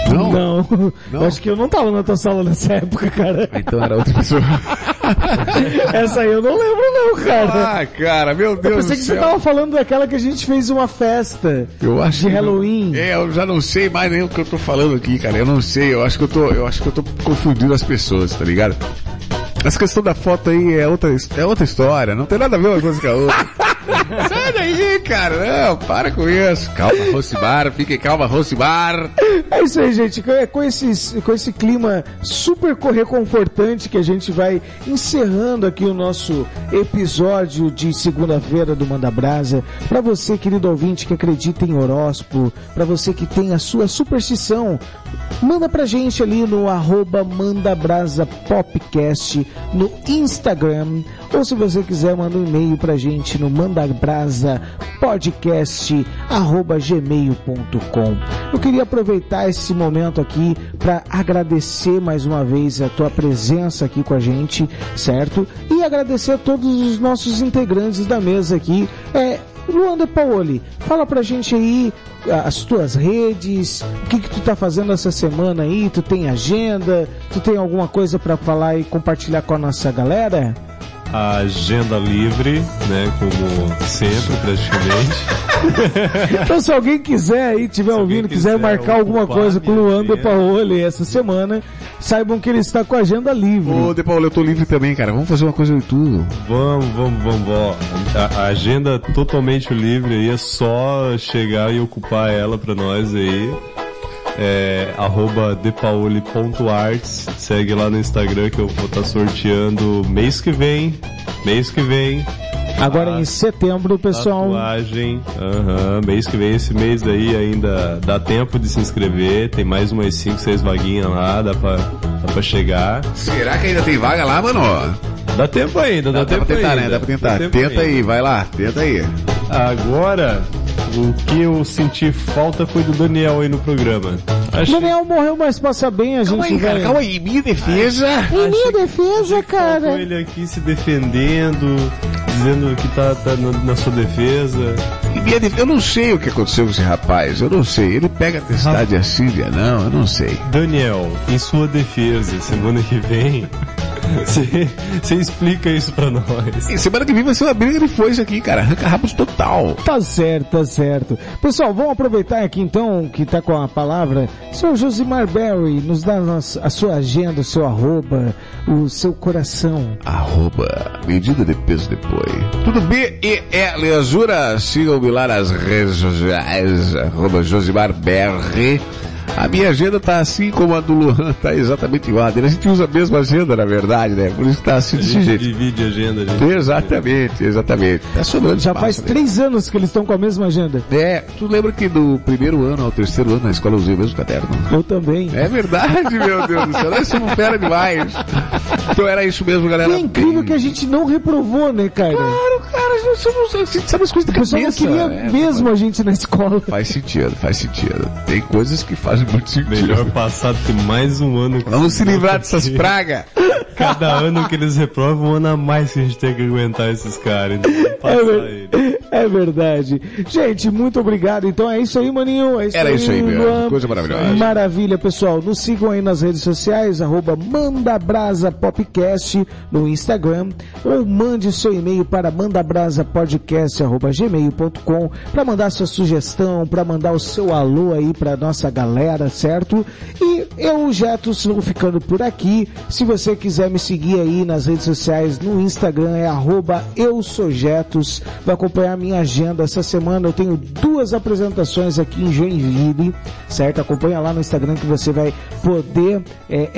S3: Não?
S4: Não,
S3: Não?
S4: eu acho que eu não tava na tua sala nessa época, cara.
S3: Então era outra pessoa.
S4: Essa aí eu não lembro, não, cara.
S3: ah, cara, meu
S4: eu
S3: Deus do
S4: pensei que você
S3: céu.
S4: tava falando daquela que a gente fez uma festa.
S3: Eu acho
S4: de
S3: que-
S4: Halloween.
S3: É, eu já não sei mais nem o que eu tô falando aqui, cara. Eu não sei, eu acho que eu tô, eu acho que eu tô confundindo as pessoas, tá ligado? Essa questão da foto aí é outra, é outra história, não tem nada a ver uma coisa com a outra. Sai daí, cara, não, para com isso. Calma, Rossibar, fique calma, Rossibar.
S4: É isso aí, gente. Com- Com, esses, com esse clima super co- reconfortante que a gente vai encerrando aqui o nosso episódio de segunda-feira do Manda Brasa. Para você, querido ouvinte, que acredita em horóscopo, para você que tem a sua superstição, manda pra gente ali no arroba Mandabrasa Popcast no Instagram. Ou se você quiser, manda um e-mail pra gente no mandabrasapodcast.gmail.com. Eu queria aproveitar esse momento aqui para agradecer mais uma vez a tua presença aqui com a gente, certo? E agradecer a todos os nossos integrantes da mesa aqui. É, Luanda Paoli, fala pra gente aí a- as tuas redes, o que, que tu tá fazendo essa semana aí, tu tem agenda, tu tem alguma coisa pra falar e compartilhar com a nossa galera?
S2: a agenda livre, né? Como sempre, praticamente.
S4: então, se alguém quiser aí, tiver
S2: Se alguém
S4: ouvindo, quiser,
S2: quiser
S4: marcar alguma
S2: ocupar
S4: coisa com o
S2: minha
S4: Luanda
S2: agenda.
S4: Paoli essa semana, saibam que ele está com a agenda livre.
S3: Ô, De Paulo, eu tô livre também, cara. Vamos fazer uma coisa no YouTube.
S2: Vamos, vamos, vamos, ó. A, a agenda totalmente livre aí, é só chegar e ocupar ela pra nós aí. É, arroba depaoli.arts, segue lá no Instagram que eu vou estar sorteando mês que vem, mês que vem,
S4: Agora em setembro, o pessoal.
S2: Tatuagem. Aham, mês que vem, esse mês aí ainda dá tempo de se inscrever. Tem mais umas 5, 6 vaguinhas lá, dá pra, dá pra chegar.
S3: Será que ainda tem vaga lá, mano?
S2: Dá tempo ainda, dá,
S3: Dá, dá
S2: tempo
S3: pra tentar,
S2: ainda.
S3: né? Dá pra tentar.
S2: tempo
S3: Tenta
S2: ainda.
S3: aí, vai lá, tenta aí.
S2: Agora, o que eu senti falta foi do Daniel aí no programa.
S4: O
S2: Acho
S4: Daniel morreu, mas passa bem, a gente vai.
S3: aí, minha defesa.
S4: Em minha defesa,
S2: Faltou ele aqui se defendendo, dizendo que tá, tá na, na sua defesa.
S3: E minha def- Eu não sei o que aconteceu com esse rapaz, eu não sei. Ele pega atestado de assídia, não, eu não sei.
S2: Daniel, em sua defesa, semana que vem, você você explica isso pra nós.
S3: E semana que vem vai ser uma briga de foice aqui, cara. Arranca rabos total.
S4: Tá certo, tá certo. Pessoal, vamos aproveitar aqui então que tá com a palavra. Seu Josimar Berry, nos dá nos- a sua agenda, o seu arroba, o seu coração.
S3: Arroba, medida de peso depois. Tudo B e E Leazura. Sigam-me lá nas redes sociais. Arroba Josimar BR. A minha agenda tá assim como a do Luan, tá exatamente igual. A dele. A gente usa a mesma agenda, na verdade, né? Por isso que tá assim
S2: A
S3: desse
S2: gente
S3: jeito.
S2: divide a agenda, gente.
S3: Exatamente, exatamente. Tá sobrando
S4: Já
S3: espaço,
S4: faz
S3: né?
S4: três anos que eles estão com a mesma agenda.
S3: É, tu lembra que do primeiro ano ao terceiro ano na escola eu usei o mesmo caderno?
S4: Eu também.
S3: É verdade, meu Deus do céu, nós somos fera demais. Então era isso mesmo, galera.
S4: E é incrível que a gente não reprovou, né, cara?
S3: Claro, cara, nós somos, a gente sabe as coisas da
S4: O pessoal não
S3: cabeça.
S4: queria
S3: É,
S4: mesmo a gente na escola.
S3: Faz sentido, faz sentido. Tem coisas que fazem muito sentido.
S2: Melhor passado que mais um ano.
S3: Vamos se livrar dessas pragas.
S2: Cada ano que eles reprovam, um ano a mais que a gente tem que aguentar esses caras. Então vamos
S4: É,
S2: passar
S4: ver-
S3: né?
S2: ele.
S4: é verdade. Gente, muito obrigado. Então é isso aí, maninho. É isso
S3: Era
S4: aí,
S3: isso aí,
S4: Luan.
S3: meu. Coisa maravilhosa.
S4: Maravilha, pessoal. Nos sigam aí nas redes sociais, arroba mandabrasapopcast no Instagram, ou mande seu e-mail para mandabrasapodcast.gmail.com para mandar sua sugestão, para mandar o seu alô aí para nossa galera, certo? E eu, Jetos, vou ficando por aqui. Se você quiser me seguir aí nas redes sociais, no Instagram é arroba eu sou Jetos. Vai acompanhar minha agenda essa semana. Eu tenho duas apresentações aqui em Joinville, certo? Acompanha lá no Instagram que você vai poder é,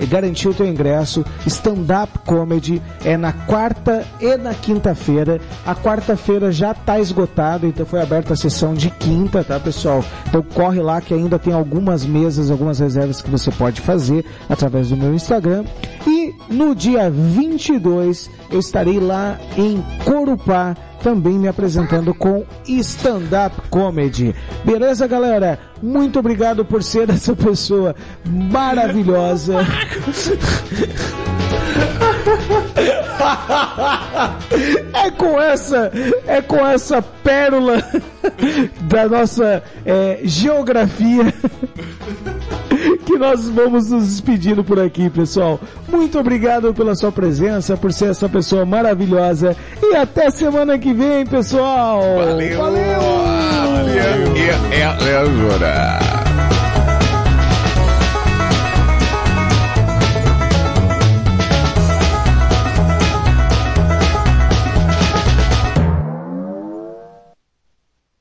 S4: é, garantir o teu ingresso. Stand-up comedy é na quarta e na quinta-feira. A quarta-feira já está esgotada, então foi aberta a sessão de quinta, tá pessoal? Então corre lá que ainda tem algumas mesas, algumas reservas que você pode fazer através do meu Instagram. E no dia 22 eu estarei lá em Corupá também me apresentando com stand-up comedy. Beleza, galera? Muito obrigado por ser essa pessoa maravilhosa. É com essa, é com essa pérola da nossa é, geografia que nós vamos nos despedindo por aqui, pessoal. Muito obrigado pela sua presença, por ser essa pessoa maravilhosa e até semana que vem, pessoal.
S3: Valeu! Valeu! E é Leandro.